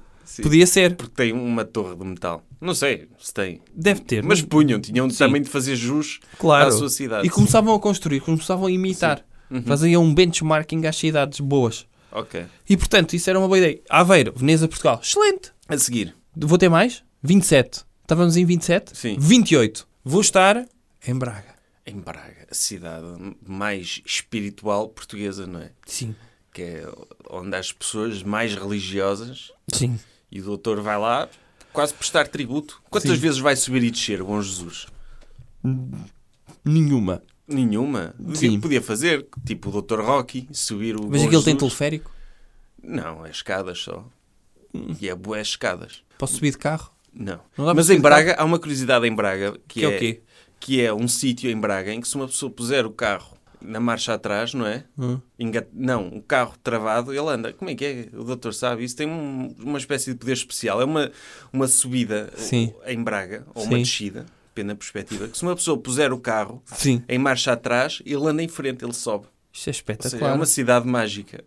Speaker 3: Podia ser.
Speaker 2: Porque tem uma torre de metal. Não sei se tem.
Speaker 3: Deve ter.
Speaker 2: Mas
Speaker 3: não-
Speaker 2: punham, tinham também de fazer jus
Speaker 3: claro.
Speaker 2: à sua cidade. Uhum.
Speaker 3: E começavam a construir, começavam a imitar. Faziam um benchmarking às cidades boas.
Speaker 2: Ok.
Speaker 3: E portanto, isso era uma boa ideia. Aveiro, Veneza, Portugal. Excelente.
Speaker 2: A seguir,
Speaker 3: Vou ter mais? 27. Estávamos em 27?
Speaker 2: Sim.
Speaker 3: 28. Vou estar em Braga.
Speaker 2: em Braga, a cidade mais espiritual portuguesa, não é?
Speaker 3: Sim.
Speaker 2: Que é onde as pessoas mais religiosas
Speaker 3: Sim.
Speaker 2: E o doutor vai lá quase prestar tributo. Quantas vezes vai subir e descer, bom Jesus?
Speaker 3: Nenhuma.
Speaker 2: Nenhuma.
Speaker 3: Sim.
Speaker 2: Sim. Podia fazer, tipo o doutor Rocky, subir o.
Speaker 3: Mas
Speaker 2: bom
Speaker 3: aquele tem
Speaker 2: Jesus.
Speaker 3: teleférico?
Speaker 2: Não, é escadas só. E é boé escadas.
Speaker 3: Posso subir de carro?
Speaker 2: Não.
Speaker 3: Não dá para
Speaker 2: Mas
Speaker 3: subir
Speaker 2: em
Speaker 3: de
Speaker 2: Braga, há uma curiosidade em Braga que,
Speaker 3: Que é
Speaker 2: é.
Speaker 3: o quê?
Speaker 2: Que é um sítio em Braga em que se uma pessoa puser o carro na marcha atrás, não é?
Speaker 3: Hum.
Speaker 2: Enga- Não, o carro travado, ele anda. Como é que é? O doutor sabe? Isso tem um- uma espécie de poder especial. É uma, uma subida eh,
Speaker 3: Sim.
Speaker 2: em Braga, ou
Speaker 3: Sim.
Speaker 2: uma descida, depende da perspectiva, que se uma pessoa puser o carro
Speaker 3: Sim.
Speaker 2: em marcha atrás, ele anda em frente, ele sobe.
Speaker 3: Isto é
Speaker 2: Ou seja,
Speaker 3: espetacular.
Speaker 2: é uma cidade mágica.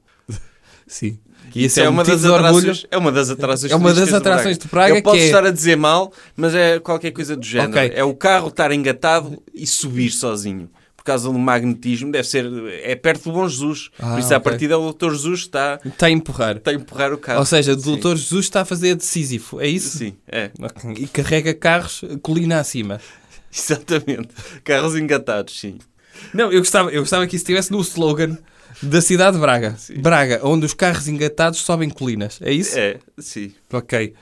Speaker 3: Sim.
Speaker 2: E isso
Speaker 3: isso é um
Speaker 2: uma
Speaker 3: motivo
Speaker 2: das
Speaker 3: de orgulho.
Speaker 2: atrações, é uma das atrações
Speaker 3: É uma das
Speaker 2: turísticas
Speaker 3: atrações de Praga
Speaker 2: Eu posso
Speaker 3: que é-
Speaker 2: estar a dizer mal, mas é qualquer coisa do género.
Speaker 3: Ok.
Speaker 2: É o carro estar engatado e subir sozinho. Por causa do magnetismo, deve ser. É perto do Bom Jesus.
Speaker 3: Ah,
Speaker 2: Por isso, à
Speaker 3: ok.
Speaker 2: partida, o Dr. Jesus está,
Speaker 3: Está a empurrar.
Speaker 2: está a empurrar o carro.
Speaker 3: Ou seja, o
Speaker 2: Sim.
Speaker 3: doutor Jesus está a fazer de Sísifo. É isso?
Speaker 2: Sim, é.
Speaker 3: Ok. E carrega carros colina acima.
Speaker 2: Exatamente. Carros engatados, sim.
Speaker 3: Não, eu gostava, eu gostava que isso estivesse no slogan da cidade de Braga. Braga, onde os carros engatados sobem colinas. É isso?
Speaker 2: É, sim.
Speaker 3: Ok.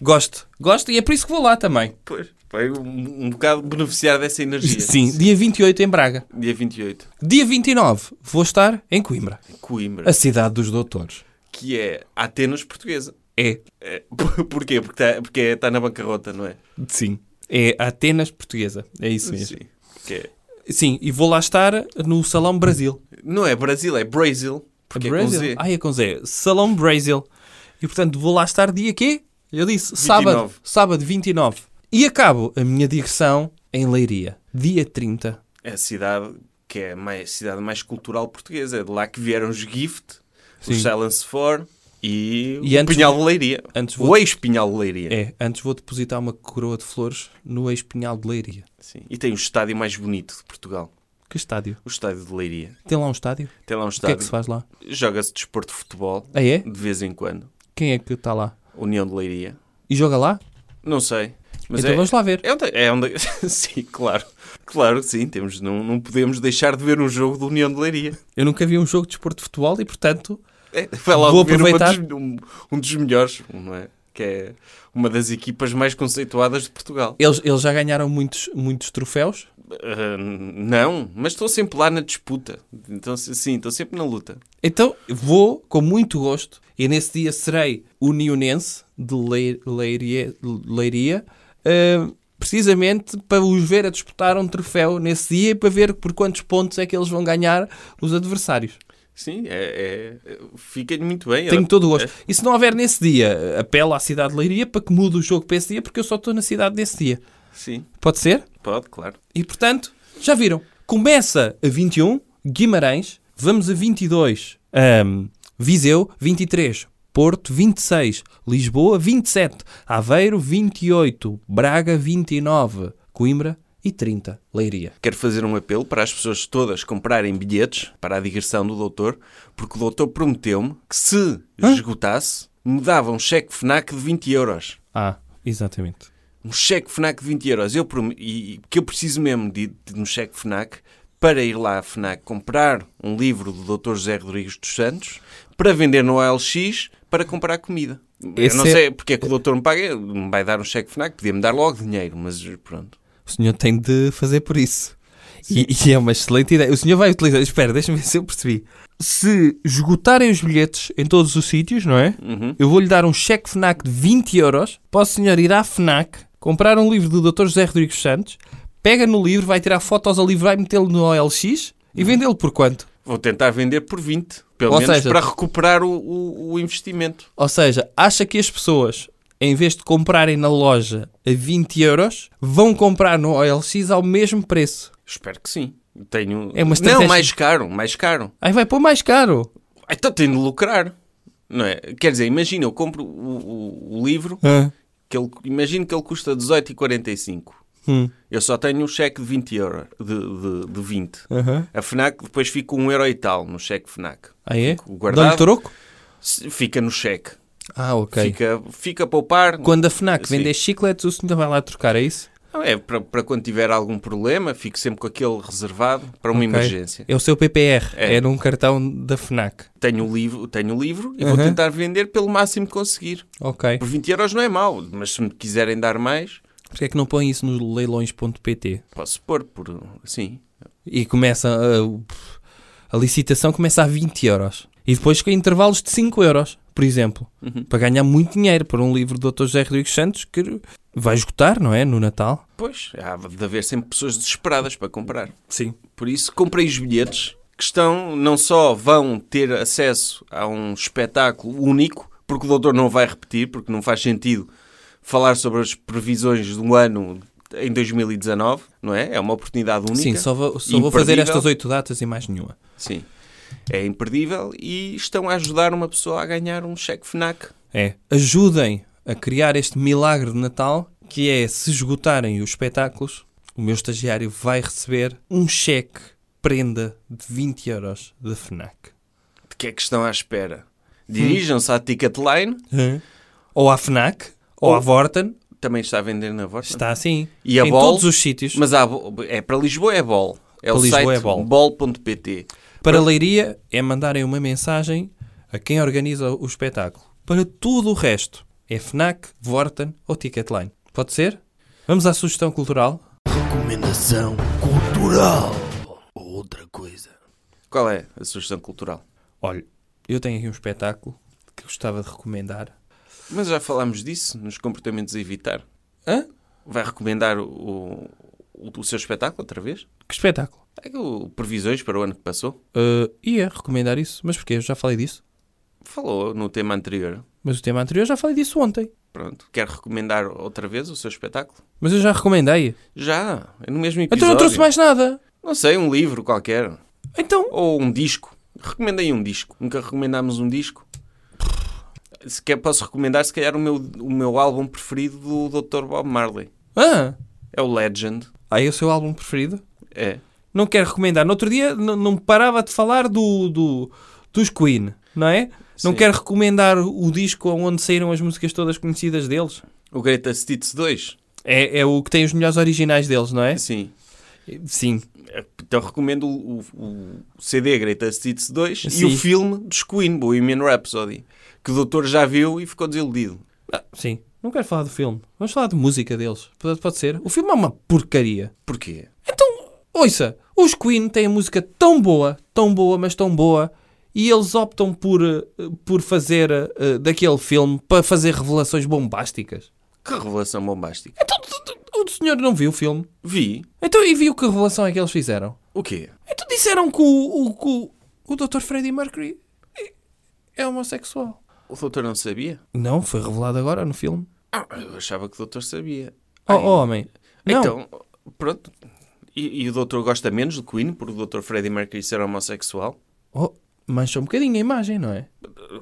Speaker 3: Gosto. Gosto e é por isso que vou lá também.
Speaker 2: Pois. Vai um, um bocado beneficiar dessa energia.
Speaker 3: Sim, dia 28 em Braga.
Speaker 2: Dia 28,
Speaker 3: Dia 29 vou estar em Coimbra,
Speaker 2: Coimbra,
Speaker 3: a cidade dos doutores.
Speaker 2: que é Atenas portuguesa.
Speaker 3: É,
Speaker 2: É, por- Porquê? Porque está porque está na bancarrota, não é?
Speaker 3: sim. É Atenas portuguesa. É isso mesmo.
Speaker 2: Sim. Que é-
Speaker 3: Sim, e vou lá estar no Salão Brasil.
Speaker 2: Não é Brasil, é Brasil. Porque
Speaker 3: Brasil?
Speaker 2: é com Z.
Speaker 3: Ah, é com Z. Salão Brasil. E portanto vou lá estar dia quê? Eu disse sábado.
Speaker 2: 29.
Speaker 3: Sábado 29. E acabo a minha digressão em Leiria. Dia 30.
Speaker 2: É a cidade que é mais, a cidade mais cultural portuguesa. É de lá que vieram os Gift,
Speaker 3: Sim.
Speaker 2: os Silence 4 e,
Speaker 3: E
Speaker 2: o
Speaker 3: antes-
Speaker 2: Pinhal de Leiria.
Speaker 3: antes vou-
Speaker 2: o ex-Pinhal de Leiria.
Speaker 3: É, antes vou depositar uma coroa de flores no ex-pinhal de Leiria.
Speaker 2: Sim. E tem o estádio mais bonito de Portugal.
Speaker 3: Que estádio?
Speaker 2: O estádio de Leiria.
Speaker 3: Tem lá um estádio?
Speaker 2: Tem lá um
Speaker 3: O que é
Speaker 2: estádio.
Speaker 3: que se faz lá?
Speaker 2: Joga-se desporto de futebol
Speaker 3: Ah, é?
Speaker 2: de vez em quando.
Speaker 3: Quem é que está lá?
Speaker 2: União de Leiria.
Speaker 3: E joga lá?
Speaker 2: Não sei. Mas
Speaker 3: então
Speaker 2: é,
Speaker 3: vamos lá ver.
Speaker 2: É onde, é onde- sim, claro. Claro que sim. Temos, não, não podemos deixar de ver um jogo do União de Leiria.
Speaker 3: Eu nunca vi um jogo de desporto de futebol e, portanto,
Speaker 2: É, vai lá
Speaker 3: Vou
Speaker 2: ver uma
Speaker 3: aproveitar.
Speaker 2: dos- um, um dos melhores, não é? que é uma das equipas mais conceituadas de Portugal.
Speaker 3: eles, eles já ganharam muitos, muitos troféus.
Speaker 2: Ah, não, mas estou sempre lá na disputa. Então, se- sim, estou sempre na luta.
Speaker 3: Então vou com muito gosto e nesse dia serei unionense de Lei- Leiria, Leiria, ah, precisamente para os ver a disputar um troféu nesse dia e para ver por quantos pontos é que eles vão ganhar os adversários.
Speaker 2: Sim, é, é, fica-lhe muito bem.
Speaker 3: Tenho
Speaker 2: Ela-
Speaker 3: todo o gosto. E se não houver nesse dia, apelo à cidade de Leiria para que mude o jogo para esse dia, porque eu só estou na cidade desse dia.
Speaker 2: Sim,
Speaker 3: Pode ser?
Speaker 2: pode, claro.
Speaker 3: E portanto, já viram. Começa a 21, Guimarães. Vamos a 22, ahm, Viseu. 23, Porto. 26, Lisboa. 27, Aveiro. 28, Braga. 29, Coimbra. E 30, Leiria.
Speaker 2: Quero fazer um apelo para as pessoas todas comprarem bilhetes para a digressão do doutor, porque o doutor prometeu-me que se esgotasse, me dava um cheque FNAC de 20 euros.
Speaker 3: Ah, exatamente.
Speaker 2: um cheque FNAC de 20 euros. Eu, prom- e, e que eu preciso mesmo de, de um cheque FNAC para ir lá à FNAC comprar um livro do Dr. José Rodrigues dos Santos para vender no OLX para comprar comida.
Speaker 3: Esse
Speaker 2: eu não
Speaker 3: é-
Speaker 2: sei porque é que o doutor me paga, me vai dar um cheque FNAC, podia-me dar logo dinheiro, mas pronto.
Speaker 3: O senhor tem de fazer por isso. E, e é uma excelente ideia. O senhor vai utilizar. Espera, deixa-me ver se eu percebi. Se esgotarem os bilhetes em todos os sítios, não é? Eu vou-lhe dar um cheque FNAC de 20 euros. Posso, senhor, ir à FNAC, comprar um livro do Dr. José Rodrigues Santos, pega no livro, vai tirar fotos ao livro, vai metê-lo no OLX e vendê-lo por quanto?
Speaker 2: Vou tentar vender por 20, pelo
Speaker 3: Ou
Speaker 2: menos
Speaker 3: seja-
Speaker 2: para recuperar o, o- o investimento.
Speaker 3: Ou seja, acha que as pessoas, em vez de comprarem na loja a 20 euros, vão comprar no OLX ao mesmo preço?
Speaker 2: Espero que sim. Tenho...
Speaker 3: É uma
Speaker 2: Não,
Speaker 3: estratégia-
Speaker 2: mais caro, mais caro.
Speaker 3: Aí vai pôr mais caro.
Speaker 2: Então tenho de lucrar. Não é? Quer dizer, imagina, eu compro o- o- o livro
Speaker 3: É.
Speaker 2: que ele, imagino que ele custa 18,45.
Speaker 3: Hum.
Speaker 2: Eu só tenho um cheque de 20 euros, de, de, de 20.
Speaker 3: Aham.
Speaker 2: A FNAC depois fica um euro e tal no cheque FNAC.
Speaker 3: Ah, é?
Speaker 2: Fico guardado.
Speaker 3: Dão-lhe troco?
Speaker 2: Se- Fica no cheque.
Speaker 3: Ah, ok.
Speaker 2: Fica, fica a poupar.
Speaker 3: Quando a FNAC
Speaker 2: Sim.
Speaker 3: vender chicletes, o senhor vai lá trocar, é isso?
Speaker 2: Não é para, para quando tiver algum problema, fico sempre com aquele reservado para uma
Speaker 3: Ok.
Speaker 2: emergência.
Speaker 3: É o seu PPR, é,
Speaker 2: É.
Speaker 3: num cartão da FNAC.
Speaker 2: Tenho o livro, tenho o livro e vou
Speaker 3: Uhum.
Speaker 2: tentar vender pelo máximo que conseguir.
Speaker 3: Ok.
Speaker 2: Por 20 euros não é mau, mas se me quiserem dar mais,
Speaker 3: Porquê é que não põe isso no leilões.pt?
Speaker 2: posso pôr por. Sim.
Speaker 3: E começa a, a licitação começa a 20 euros. E depois com intervalos de 5 euros, por exemplo.
Speaker 2: Uhum.
Speaker 3: Para ganhar muito dinheiro por um livro do Dr. José Rodrigues Santos que vai esgotar, não é? No Natal.
Speaker 2: Pois, há de haver sempre pessoas desesperadas para comprar.
Speaker 3: Sim.
Speaker 2: Por isso, comprei os bilhetes que estão, não só vão ter acesso a um espetáculo único, porque o doutor não vai repetir, porque não faz sentido falar sobre as previsões do ano em 2019, não é? É uma oportunidade única.
Speaker 3: Sim, só vou, só vou fazer
Speaker 2: imperdível.
Speaker 3: estas 8 datas e mais nenhuma.
Speaker 2: Sim. É imperdível e estão a ajudar uma pessoa a ganhar um cheque FNAC.
Speaker 3: É, ajudem a criar este milagre de Natal, que é se esgotarem os espetáculos, o meu estagiário vai receber um cheque prenda de 20 euros da FNAC.
Speaker 2: De que é que estão à espera? Dirijam-se à Ticketline,
Speaker 3: Ou à FNAC, ou,
Speaker 2: Ou-
Speaker 3: à Vorten,
Speaker 2: também está a vender na voz.
Speaker 3: está assim.
Speaker 2: E a
Speaker 3: em
Speaker 2: Bol?
Speaker 3: todos os sítios.
Speaker 2: Mas há bo- é para Lisboa é bol. É
Speaker 3: Para
Speaker 2: o
Speaker 3: Lisboa
Speaker 2: site
Speaker 3: é bol.
Speaker 2: bol.pt.
Speaker 3: Para Leiria é mandarem uma mensagem a quem organiza o espetáculo. Para tudo o resto é FNAC, Vorten ou Ticketline. Pode ser? Vamos à sugestão cultural?
Speaker 1: Recomendação cultural. Outra coisa.
Speaker 2: Qual é a sugestão cultural?
Speaker 3: Olha, eu tenho aqui um espetáculo que gostava de recomendar.
Speaker 2: Mas já falámos disso nos comportamentos a evitar.
Speaker 3: Hã?
Speaker 2: Vai recomendar o, o, o seu espetáculo outra vez?
Speaker 3: Que espetáculo?
Speaker 2: É que o Previsões para o ano que passou?
Speaker 3: Ah, ia recomendar isso, mas porquê? Eu já falei disso.
Speaker 2: Falou no tema anterior.
Speaker 3: Mas o tema anterior eu já falei disso ontem.
Speaker 2: Pronto. Quer recomendar outra vez o seu espetáculo?
Speaker 3: Mas eu já recomendei.
Speaker 2: Já, é no mesmo episódio.
Speaker 3: Então não trouxe mais nada.
Speaker 2: Não sei, um livro qualquer.
Speaker 3: Então,
Speaker 2: Ou um disco. Recomendei um disco. Nunca recomendámos um disco. Se quer, posso recomendar, se calhar, o meu, o meu álbum preferido do Dr. Bob Marley.
Speaker 3: ah,
Speaker 2: É o Legend.
Speaker 3: aí é o seu álbum preferido?
Speaker 2: É.
Speaker 3: Não quero recomendar. No outro dia n- não parava de falar do, do- dos Queen, não é? Não
Speaker 2: Sim.
Speaker 3: quero recomendar o disco onde saíram as músicas todas conhecidas deles.
Speaker 2: O Greatest Hits 2.
Speaker 3: É, é o que tem os melhores originais deles, não é?
Speaker 2: Sim.
Speaker 3: Sim.
Speaker 2: Então recomendo o, o- o CD Greatest Hits 2
Speaker 3: Sim.
Speaker 2: e o filme dos Queen, Bohemian Rhapsody, que o doutor já viu e ficou desiludido.
Speaker 3: Ah, sim. Não quero falar do filme. Vamos falar de música deles. Pode, pode ser. O filme é uma porcaria.
Speaker 2: Porquê?
Speaker 3: Então, ouça. Os Queen têm música tão boa, tão boa, mas tão boa. E eles optam por, eh, por fazer eh, daquele filme para fazer revelações bombásticas.
Speaker 2: Que revelação bombástica.
Speaker 3: Então, tu- tu- o senhor não viu o filme?
Speaker 2: Vi.
Speaker 3: Então, e viu que revelação é que eles fizeram?
Speaker 2: O quê?
Speaker 3: Então disseram que o, o, que o, o Dr. Freddie Mercury é- é homossexual.
Speaker 2: O doutor não sabia?
Speaker 3: Não, foi revelado agora no filme.
Speaker 2: Ah, eu achava que o doutor sabia.
Speaker 3: Oh,
Speaker 2: Ai,
Speaker 3: oh, homem. Não.
Speaker 2: Então, pronto. E, e o doutor gosta menos do Queen por o doutor Freddie Mercury ser homossexual?
Speaker 3: Oh, mancha um bocadinho a imagem, não é?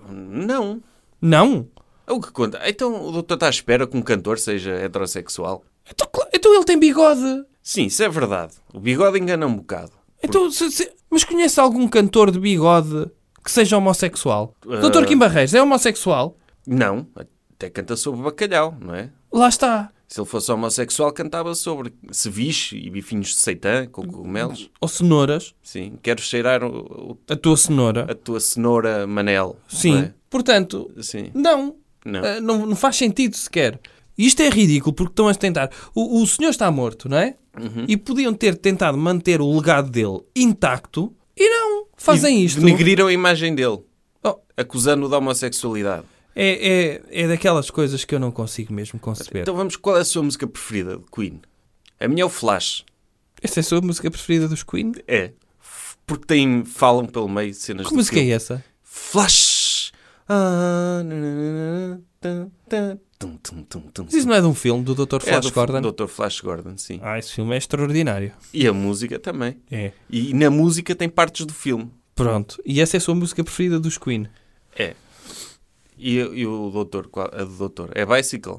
Speaker 2: Não.
Speaker 3: Não.
Speaker 2: É O que conta? Então o doutor está à espera que um cantor seja heterossexual?
Speaker 3: Então, cla- então ele tem bigode.
Speaker 2: Sim, isso é verdade. O bigode engana um bocado.
Speaker 3: Então, se- se- mas conhece algum cantor de bigode que seja homossexual?
Speaker 2: Eh.
Speaker 3: Doutor Kim Barreiros é homossexual?
Speaker 2: Não, até canta sobre bacalhau, não é?
Speaker 3: Lá está.
Speaker 2: Se ele fosse homossexual, cantava sobre ceviche e bifinhos de seitã com cogumelos.
Speaker 3: Ou cenouras.
Speaker 2: Sim, quero cheirar o- o-
Speaker 3: A tua cenoura.
Speaker 2: a tua cenoura Manel. não
Speaker 3: Sim.
Speaker 2: é?
Speaker 3: Portanto,
Speaker 2: Sim.
Speaker 3: não.
Speaker 2: Não.
Speaker 3: Ah, não. não faz sentido sequer. E Isto é ridículo porque estão a tentar. O, o senhor está morto, não é?
Speaker 2: Uhum.
Speaker 3: E podiam ter tentado manter o legado dele intacto e não. Fazem
Speaker 2: E
Speaker 3: é isto.
Speaker 2: Denegriram a imagem dele,
Speaker 3: Oh,
Speaker 2: acusando-o de homossexualidade.
Speaker 3: É, é, é daquelas coisas que eu não consigo mesmo conceber.
Speaker 2: Então vamos, qual é a sua música preferida de Queen? A minha é o Flash.
Speaker 3: Essa é a sua música preferida dos Queen?
Speaker 2: É. F- Porque tem, falam pelo meio cenas
Speaker 3: Que
Speaker 2: do
Speaker 3: música é
Speaker 2: filme.
Speaker 3: essa?
Speaker 2: Flash! Ah, nananana, tan, tan, tum, tum, tum, tum,
Speaker 3: Mas isso não é de um filme do Dr. Flash
Speaker 2: do
Speaker 3: Gordon?
Speaker 2: Dr. Flash Gordon, sim.
Speaker 3: Ah, esse filme é extraordinário.
Speaker 2: E a música também.
Speaker 3: É.
Speaker 2: E na música tem partes do filme.
Speaker 3: Pronto. E essa é a sua música preferida dos Queen?
Speaker 2: É. E, e o doutor, qual- a do doutor, é Bicycle.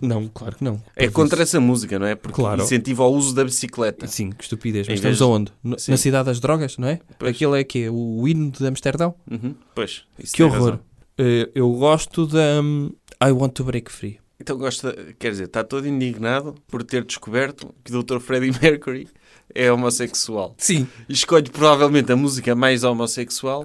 Speaker 3: Não, claro que não.
Speaker 2: É contra essa música, não é? Porque
Speaker 3: Claro.
Speaker 2: incentiva ao uso da bicicleta.
Speaker 3: Sim, que estupidez. Mas
Speaker 2: Em vez
Speaker 3: estamos
Speaker 2: de-
Speaker 3: aonde? No-
Speaker 2: Sim.
Speaker 3: Na cidade das drogas, não é?
Speaker 2: Pois.
Speaker 3: Aquilo é que é o hino de Amsterdão?
Speaker 2: Uhum. Pois. isso
Speaker 3: que
Speaker 2: tem
Speaker 3: horror.
Speaker 2: razão.
Speaker 3: Eh, Eu gosto da hum, I Want to Break Free.
Speaker 2: Então gosta, quer dizer, está todo indignado por ter descoberto que o Dr. Freddie Mercury é homossexual.
Speaker 3: Sim.
Speaker 2: E Escolhe provavelmente a música mais homossexual.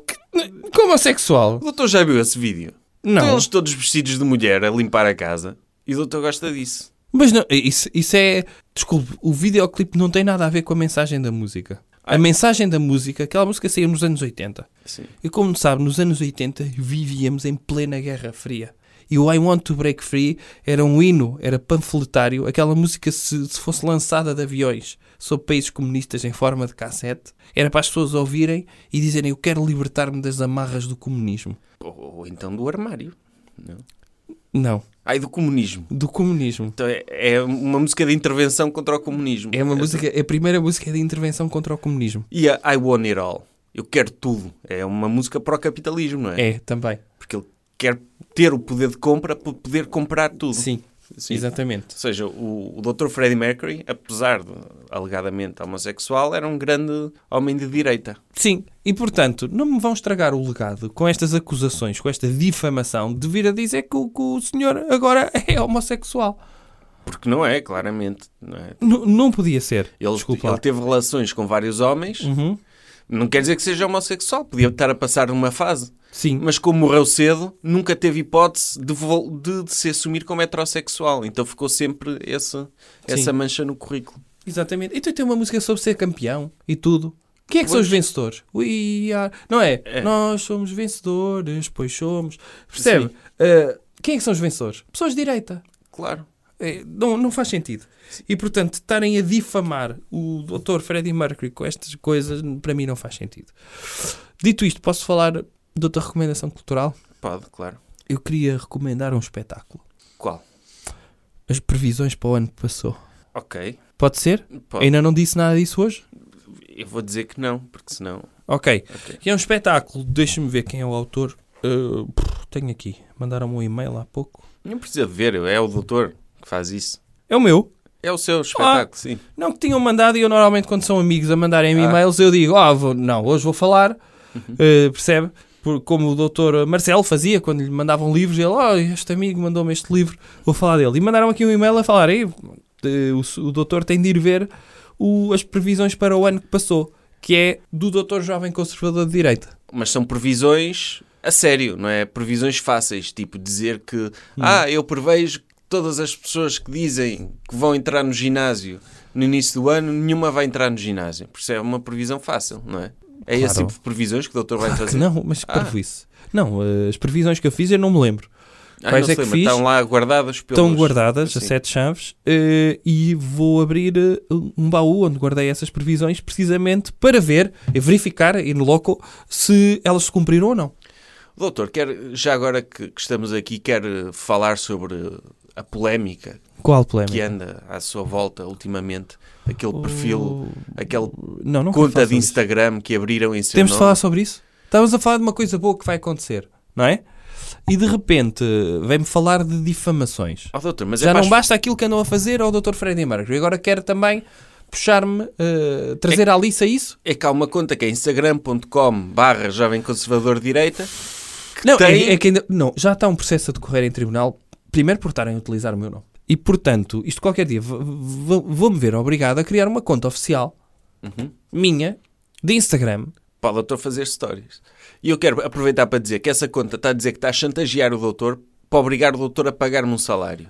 Speaker 3: Como é sexual? Então,
Speaker 2: O doutor já viu esse vídeo. Estão
Speaker 3: Não.
Speaker 2: eles todos vestidos de mulher a limpar a casa. E o doutor gosta disso.
Speaker 3: Mas não, isso, isso é. Desculpe, o videoclipe não tem nada a ver com a mensagem da música. A mensagem da música, aquela música saiu nos anos 80.
Speaker 2: Sim.
Speaker 3: E como sabe, nos anos 80 vivíamos em plena Guerra Fria. E o I Want to Break Free era um hino, era panfletário. Aquela música, se, se fosse lançada de aviões sobre países comunistas em forma de cassete, era para as pessoas ouvirem e dizerem: Eu quero libertar-me das amarras do comunismo.
Speaker 2: Ou, ou então do armário. Não.
Speaker 3: Não,
Speaker 2: Ai, do comunismo.
Speaker 3: do comunismo.
Speaker 2: Então é, é uma música de intervenção contra o comunismo.
Speaker 3: É uma música, é a primeira música de intervenção contra o comunismo.
Speaker 2: E a I Want It All. Eu quero tudo. É uma música para o capitalismo, não é?
Speaker 3: É, também.
Speaker 2: Porque ele quer ter o poder de compra para poder comprar tudo.
Speaker 3: Sim,
Speaker 2: Sim.
Speaker 3: exatamente.
Speaker 2: Ou seja, o, o Dr. Freddie Mercury, apesar de alegadamente homossexual, era um grande homem de direita.
Speaker 3: Sim, e portanto, não me vão estragar o legado com estas acusações, com esta difamação de vir a dizer que o, que o senhor agora é homossexual.
Speaker 2: Porque não é, claramente. Não é?
Speaker 3: N- não podia ser.
Speaker 2: Ele,
Speaker 3: Desculpa.
Speaker 2: ele teve relações com vários homens,
Speaker 3: Uhum.
Speaker 2: Não quer dizer que seja homossexual, podia estar a passar uma fase.
Speaker 3: Sim.
Speaker 2: Mas como morreu cedo, nunca teve hipótese de, vol- de- de se assumir como heterossexual. Então ficou sempre essa, essa mancha no currículo.
Speaker 3: Exatamente. Então tem uma música sobre ser campeão e tudo. Quem é que são os vencedores? We are... Não é?
Speaker 2: É.
Speaker 3: Nós somos vencedores, pois somos. Percebe? Ah, quem é que são os vencedores? Pessoas de direita.
Speaker 2: Claro.
Speaker 3: É, não, não faz sentido. E, portanto, estarem a difamar o Dr. Freddie Mercury com estas coisas, para mim não faz sentido. Dito isto, posso falar de outra recomendação cultural?
Speaker 2: Pode, claro.
Speaker 3: Eu queria recomendar um espetáculo.
Speaker 2: Qual?
Speaker 3: As previsões para o ano que passou.
Speaker 2: Ok.
Speaker 3: Pode ser?
Speaker 2: Pode.
Speaker 3: Ainda não disse nada disso hoje?
Speaker 2: Eu vou dizer que não, porque senão.
Speaker 3: Ok.
Speaker 2: Ok.
Speaker 3: Que é um espetáculo. Deixa-me ver quem é o autor. Uh, prr, tenho aqui. Mandaram-me um e-mail há pouco.
Speaker 2: Não precisa de ver, é o doutor que faz isso.
Speaker 3: É o meu.
Speaker 2: É o
Speaker 3: Ah,
Speaker 2: seu espetáculo, sim.
Speaker 3: Não que tinham mandado e eu normalmente quando são amigos a mandarem-me
Speaker 2: Ah. Uhum.
Speaker 3: e-mails eu digo, ah, vou- não, hoje vou falar, Eh, percebe? Por, como o doutor Marcelo fazia quando lhe mandavam livros, ele, ah, este amigo mandou-me este livro, vou falar dele. E mandaram aqui um e-mail a falar, "Ei, eh, o, s- o doutor tem de ir ver o- as previsões para o ano que passou, que é do doutor jovem conservador de direita.
Speaker 2: Mas são previsões a sério, não é? Previsões fáceis, tipo dizer que ah, eu prevejo que todas as pessoas que dizem que vão entrar no ginásio no início do ano, nenhuma vai entrar no ginásio. Por isso é uma previsão fácil, não é? É esse
Speaker 3: Claro.
Speaker 2: tipo de previsões que o doutor vai
Speaker 3: Que
Speaker 2: fazer.
Speaker 3: não, mas que
Speaker 2: Ah.
Speaker 3: prejuízo. Não, eh, as previsões que eu fiz eu não me lembro.
Speaker 2: Ah,
Speaker 3: Quais
Speaker 2: não
Speaker 3: é que
Speaker 2: sei, mas
Speaker 3: fiz?
Speaker 2: Estão lá guardadas pelos...
Speaker 3: Estão guardadas a
Speaker 2: assim.
Speaker 3: sete chaves eh, e vou abrir eh, um baú onde guardei essas previsões precisamente para ver e verificar in loco se elas se cumpriram ou não.
Speaker 2: Doutor, quer, já agora que, que estamos aqui, quer eh, falar sobre a polémica
Speaker 3: Qual problema?
Speaker 2: que é anda à sua volta ultimamente, aquele perfil, aquele
Speaker 3: Não, não
Speaker 2: conta de
Speaker 3: Instagram.
Speaker 2: Instagram que abriram em seu
Speaker 3: Temos de
Speaker 2: nome.
Speaker 3: falar sobre isso? Estávamos a falar de uma coisa boa que vai acontecer, não é? E de repente eh, vem-me falar de difamações.
Speaker 2: Oh, doutor, mas
Speaker 3: Já
Speaker 2: é
Speaker 3: não
Speaker 2: mais...
Speaker 3: basta aquilo que andam a fazer ao Dr. Freddie Mercury. Agora quero também puxar-me, eh, trazer à liça isso.
Speaker 2: É que há uma conta que é instagram.com barra jovem conservador direita
Speaker 3: Não,
Speaker 2: tem-
Speaker 3: é, é que ainda, não, já está um processo a decorrer em tribunal, primeiro por estarem a utilizar o meu nome. E, portanto, isto qualquer dia v- v- vou-me ver obrigado a criar uma conta oficial
Speaker 2: Uhum.
Speaker 3: minha de Instagram.
Speaker 2: para o doutor fazer stories. E eu quero aproveitar para dizer que essa conta está a dizer que está a chantagear o doutor para obrigar o doutor a pagar-me um salário.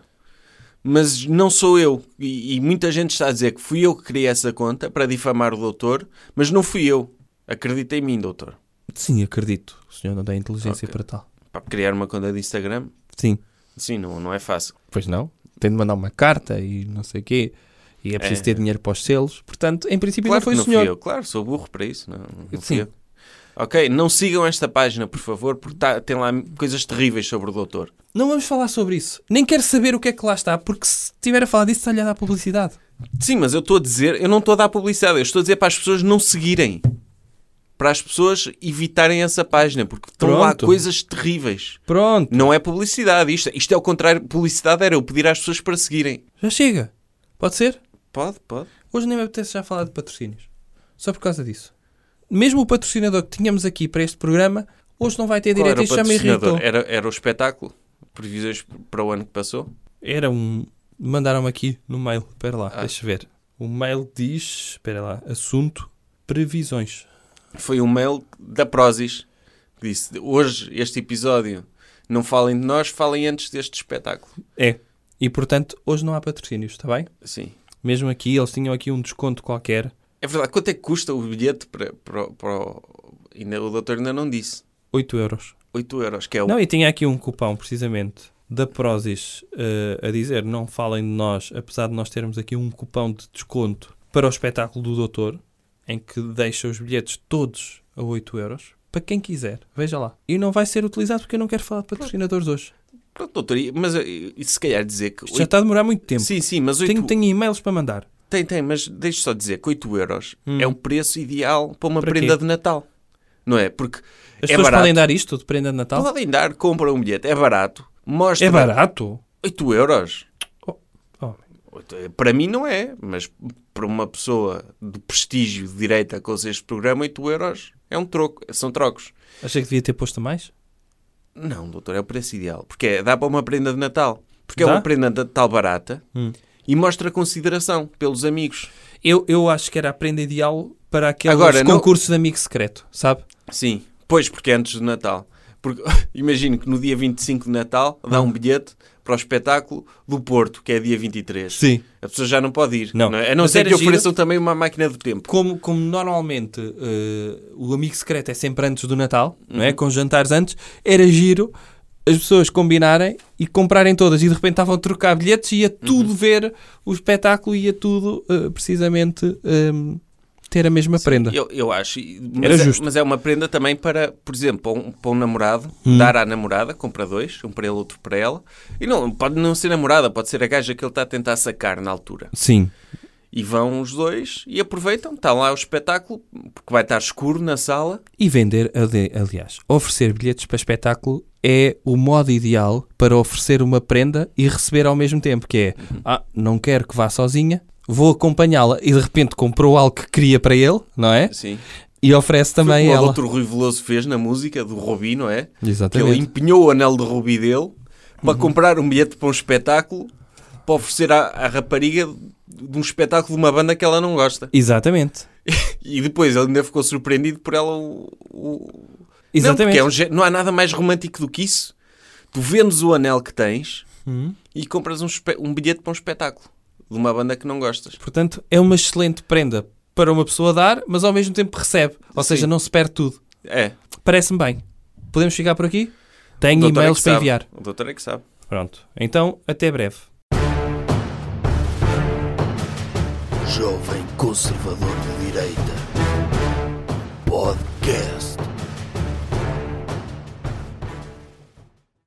Speaker 2: Mas não sou eu. E, e muita gente está a dizer que fui eu que criei essa conta para difamar o doutor, mas não fui eu. Acredita em mim, doutor.
Speaker 3: Sim, acredito. O senhor não tem inteligência
Speaker 2: Ok.
Speaker 3: para tal.
Speaker 2: Para criar uma conta de Instagram,
Speaker 3: Sim.
Speaker 2: sim, não, não é fácil.
Speaker 3: Pois não. Tem de mandar uma carta e não sei o quê. E é preciso
Speaker 2: É.
Speaker 3: ter dinheiro para os selos. Portanto, em princípio,
Speaker 2: Claro
Speaker 3: não foi
Speaker 2: que não
Speaker 3: o senhor.
Speaker 2: fui eu. Claro, sou burro para isso. Não, não
Speaker 3: Sim.
Speaker 2: fui eu. Ok, não sigam esta página, por favor, porque tá- tem lá coisas terríveis sobre o doutor.
Speaker 3: Não vamos falar sobre isso. Nem quero saber o que é que lá está, porque se tiver a falar disso, está-lhe a dar publicidade.
Speaker 2: Sim, mas eu estou a dizer, eu não estou a dar publicidade, eu estou a dizer para as pessoas não seguirem. Para as pessoas evitarem essa página, porque estão lá
Speaker 3: Pronto.
Speaker 2: coisas terríveis.
Speaker 3: Pronto.
Speaker 2: Não é publicidade, isto, isto é o contrário. Publicidade era eu pedir às pessoas para seguirem.
Speaker 3: Já chega. Pode ser?
Speaker 2: Pode, pode.
Speaker 3: Hoje nem me apetece já falar de patrocínios. Só por causa disso. Mesmo o patrocinador que tínhamos aqui para este programa, hoje não vai ter
Speaker 2: Qual
Speaker 3: direito.
Speaker 2: era o
Speaker 3: Isto já me
Speaker 2: patrocinador?
Speaker 3: irritou. Era,
Speaker 2: Era, era o espetáculo? Previsões para o ano que passou?
Speaker 3: um. Mandaram-me aqui no mail. Espera lá,
Speaker 2: Ah.
Speaker 3: deixa ver. O mail diz. Espera lá. Assunto: previsões.
Speaker 2: foi um mail da Prozis que disse: hoje este episódio não falem de nós, falem antes deste espetáculo.
Speaker 3: É. E portanto, hoje não há patrocínios, está bem?
Speaker 2: Sim.
Speaker 3: Mesmo aqui, eles tinham aqui um desconto qualquer.
Speaker 2: É verdade, quanto é que custa o bilhete para, para, para o. Ainda, o doutor ainda não disse.
Speaker 3: 8 euros.
Speaker 2: 8 euros, que é o.
Speaker 3: Não, e tinha aqui um cupão, precisamente, da Prozis eh, a dizer não falem de nós, apesar de nós termos aqui um cupão de desconto para o espetáculo do Doutor, em que deixa os bilhetes todos a 8 euros, para quem quiser, veja lá. E não vai ser utilizado porque eu não quero falar de patrocinadores hoje.
Speaker 2: Pronto, doutor, e- mas eh, e- e se calhar dizer que.
Speaker 3: Isto já está a demorar muito tempo.
Speaker 2: Sim, sim, mas 8
Speaker 3: Tenho, tenho e-mails para mandar.
Speaker 2: Tem, tem, mas deixa só dizer que 8 euros
Speaker 3: Hum.
Speaker 2: é um preço ideal para uma
Speaker 3: Para
Speaker 2: prenda
Speaker 3: quê?
Speaker 2: de Natal. Não é? Porque
Speaker 3: As
Speaker 2: é
Speaker 3: pessoas
Speaker 2: barato.
Speaker 3: podem dar isto de prenda de Natal?
Speaker 2: Podem dar, compram um bilhete, é barato. Mostra
Speaker 3: É barato?
Speaker 2: 8 euros.
Speaker 3: Oh,
Speaker 2: Para mim não é, mas para uma pessoa do prestígio de direita que ouça este programa, 8 euros é um troco, são trocos.
Speaker 3: achei que devia ter posto mais?
Speaker 2: Não, doutor, é o preço ideal. Porque é- dá para uma prenda de Natal. Porque é
Speaker 3: Dá?
Speaker 2: uma prenda de Natal barata
Speaker 3: Hum.
Speaker 2: e mostra consideração pelos amigos.
Speaker 3: Eu, eu acho que era a prenda ideal para aqueles
Speaker 2: Agora, não-
Speaker 3: concursos de amigo secreto, sabe?
Speaker 2: Sim, pois, porque é antes do Natal. Porque imagino que no dia 25 de Natal
Speaker 3: Hum.
Speaker 2: dá um bilhete para o espetáculo do Porto, que é dia 23.
Speaker 3: Sim.
Speaker 2: A pessoa já não pode ir.
Speaker 3: Não.
Speaker 2: Não. é? A não
Speaker 3: Mas
Speaker 2: ser
Speaker 3: era
Speaker 2: que
Speaker 3: giro.
Speaker 2: ofereçam também uma máquina do tempo.
Speaker 3: Como, como normalmente eh, o amigo secreto é sempre antes do Natal, não
Speaker 2: Uhum.
Speaker 3: é? Com jantares antes, era giro as pessoas combinarem e comprarem todas e de repente estavam a trocar bilhetes e ia
Speaker 2: Uhum.
Speaker 3: tudo ver o espetáculo e ia tudo eh, precisamente eh, ter a mesma prenda.
Speaker 2: Eu, eu acho. e- Mas
Speaker 3: Era
Speaker 2: é,
Speaker 3: justo.
Speaker 2: Mas é uma prenda também para, por exemplo, para um, para um namorado,
Speaker 3: Hum.
Speaker 2: dar à namorada, compra dois, um para ele, outro para ela. E não, pode não ser namorada, pode ser a gaja que ele está a tentar sacar na altura.
Speaker 3: Sim.
Speaker 2: E vão os dois e aproveitam, está lá o espetáculo, porque vai estar escuro na sala.
Speaker 3: E vender, ali- aliás, oferecer bilhetes para espetáculo é o modo ideal para oferecer uma prenda e receber ao mesmo tempo, que é,
Speaker 2: Uhum.
Speaker 3: ah, não quero que vá sozinha, vou acompanhá-la e de repente comprou algo que queria para ele, não é?
Speaker 2: Sim.
Speaker 3: E oferece
Speaker 2: Foi
Speaker 3: também
Speaker 2: como o
Speaker 3: ela.
Speaker 2: outro Rui Veloso fez na música do Rubi, não é? Que ele
Speaker 3: Exatamente. Uhum.
Speaker 2: empenhou o anel de Rubi dele para comprar um bilhete para um espetáculo para oferecer à, à rapariga de um espetáculo de uma banda que ela não gosta.
Speaker 3: Exatamente.
Speaker 2: E depois ele ainda ficou surpreendido por ela o... o- Não, porque
Speaker 3: Exatamente.
Speaker 2: é um gé- não há nada mais romântico do que isso. Tu vendes o anel que tens
Speaker 3: Hum?
Speaker 2: e compras um, espe- um bilhete para um espetáculo de uma banda que não gostas.
Speaker 3: Portanto, é uma excelente prenda para uma pessoa dar, mas ao mesmo tempo recebe. Ou
Speaker 2: Sim.
Speaker 3: seja, não se perde tudo.
Speaker 2: É.
Speaker 3: Parece-me bem. Podemos ficar por aqui?
Speaker 2: o
Speaker 3: Tenho
Speaker 2: doutor é
Speaker 3: e-mails
Speaker 2: que
Speaker 3: para
Speaker 2: sabe.
Speaker 3: enviar.
Speaker 2: O doutor é que sabe.
Speaker 3: Pronto. Então, até breve.
Speaker 1: Jovem Conservador de Direita. Podcast.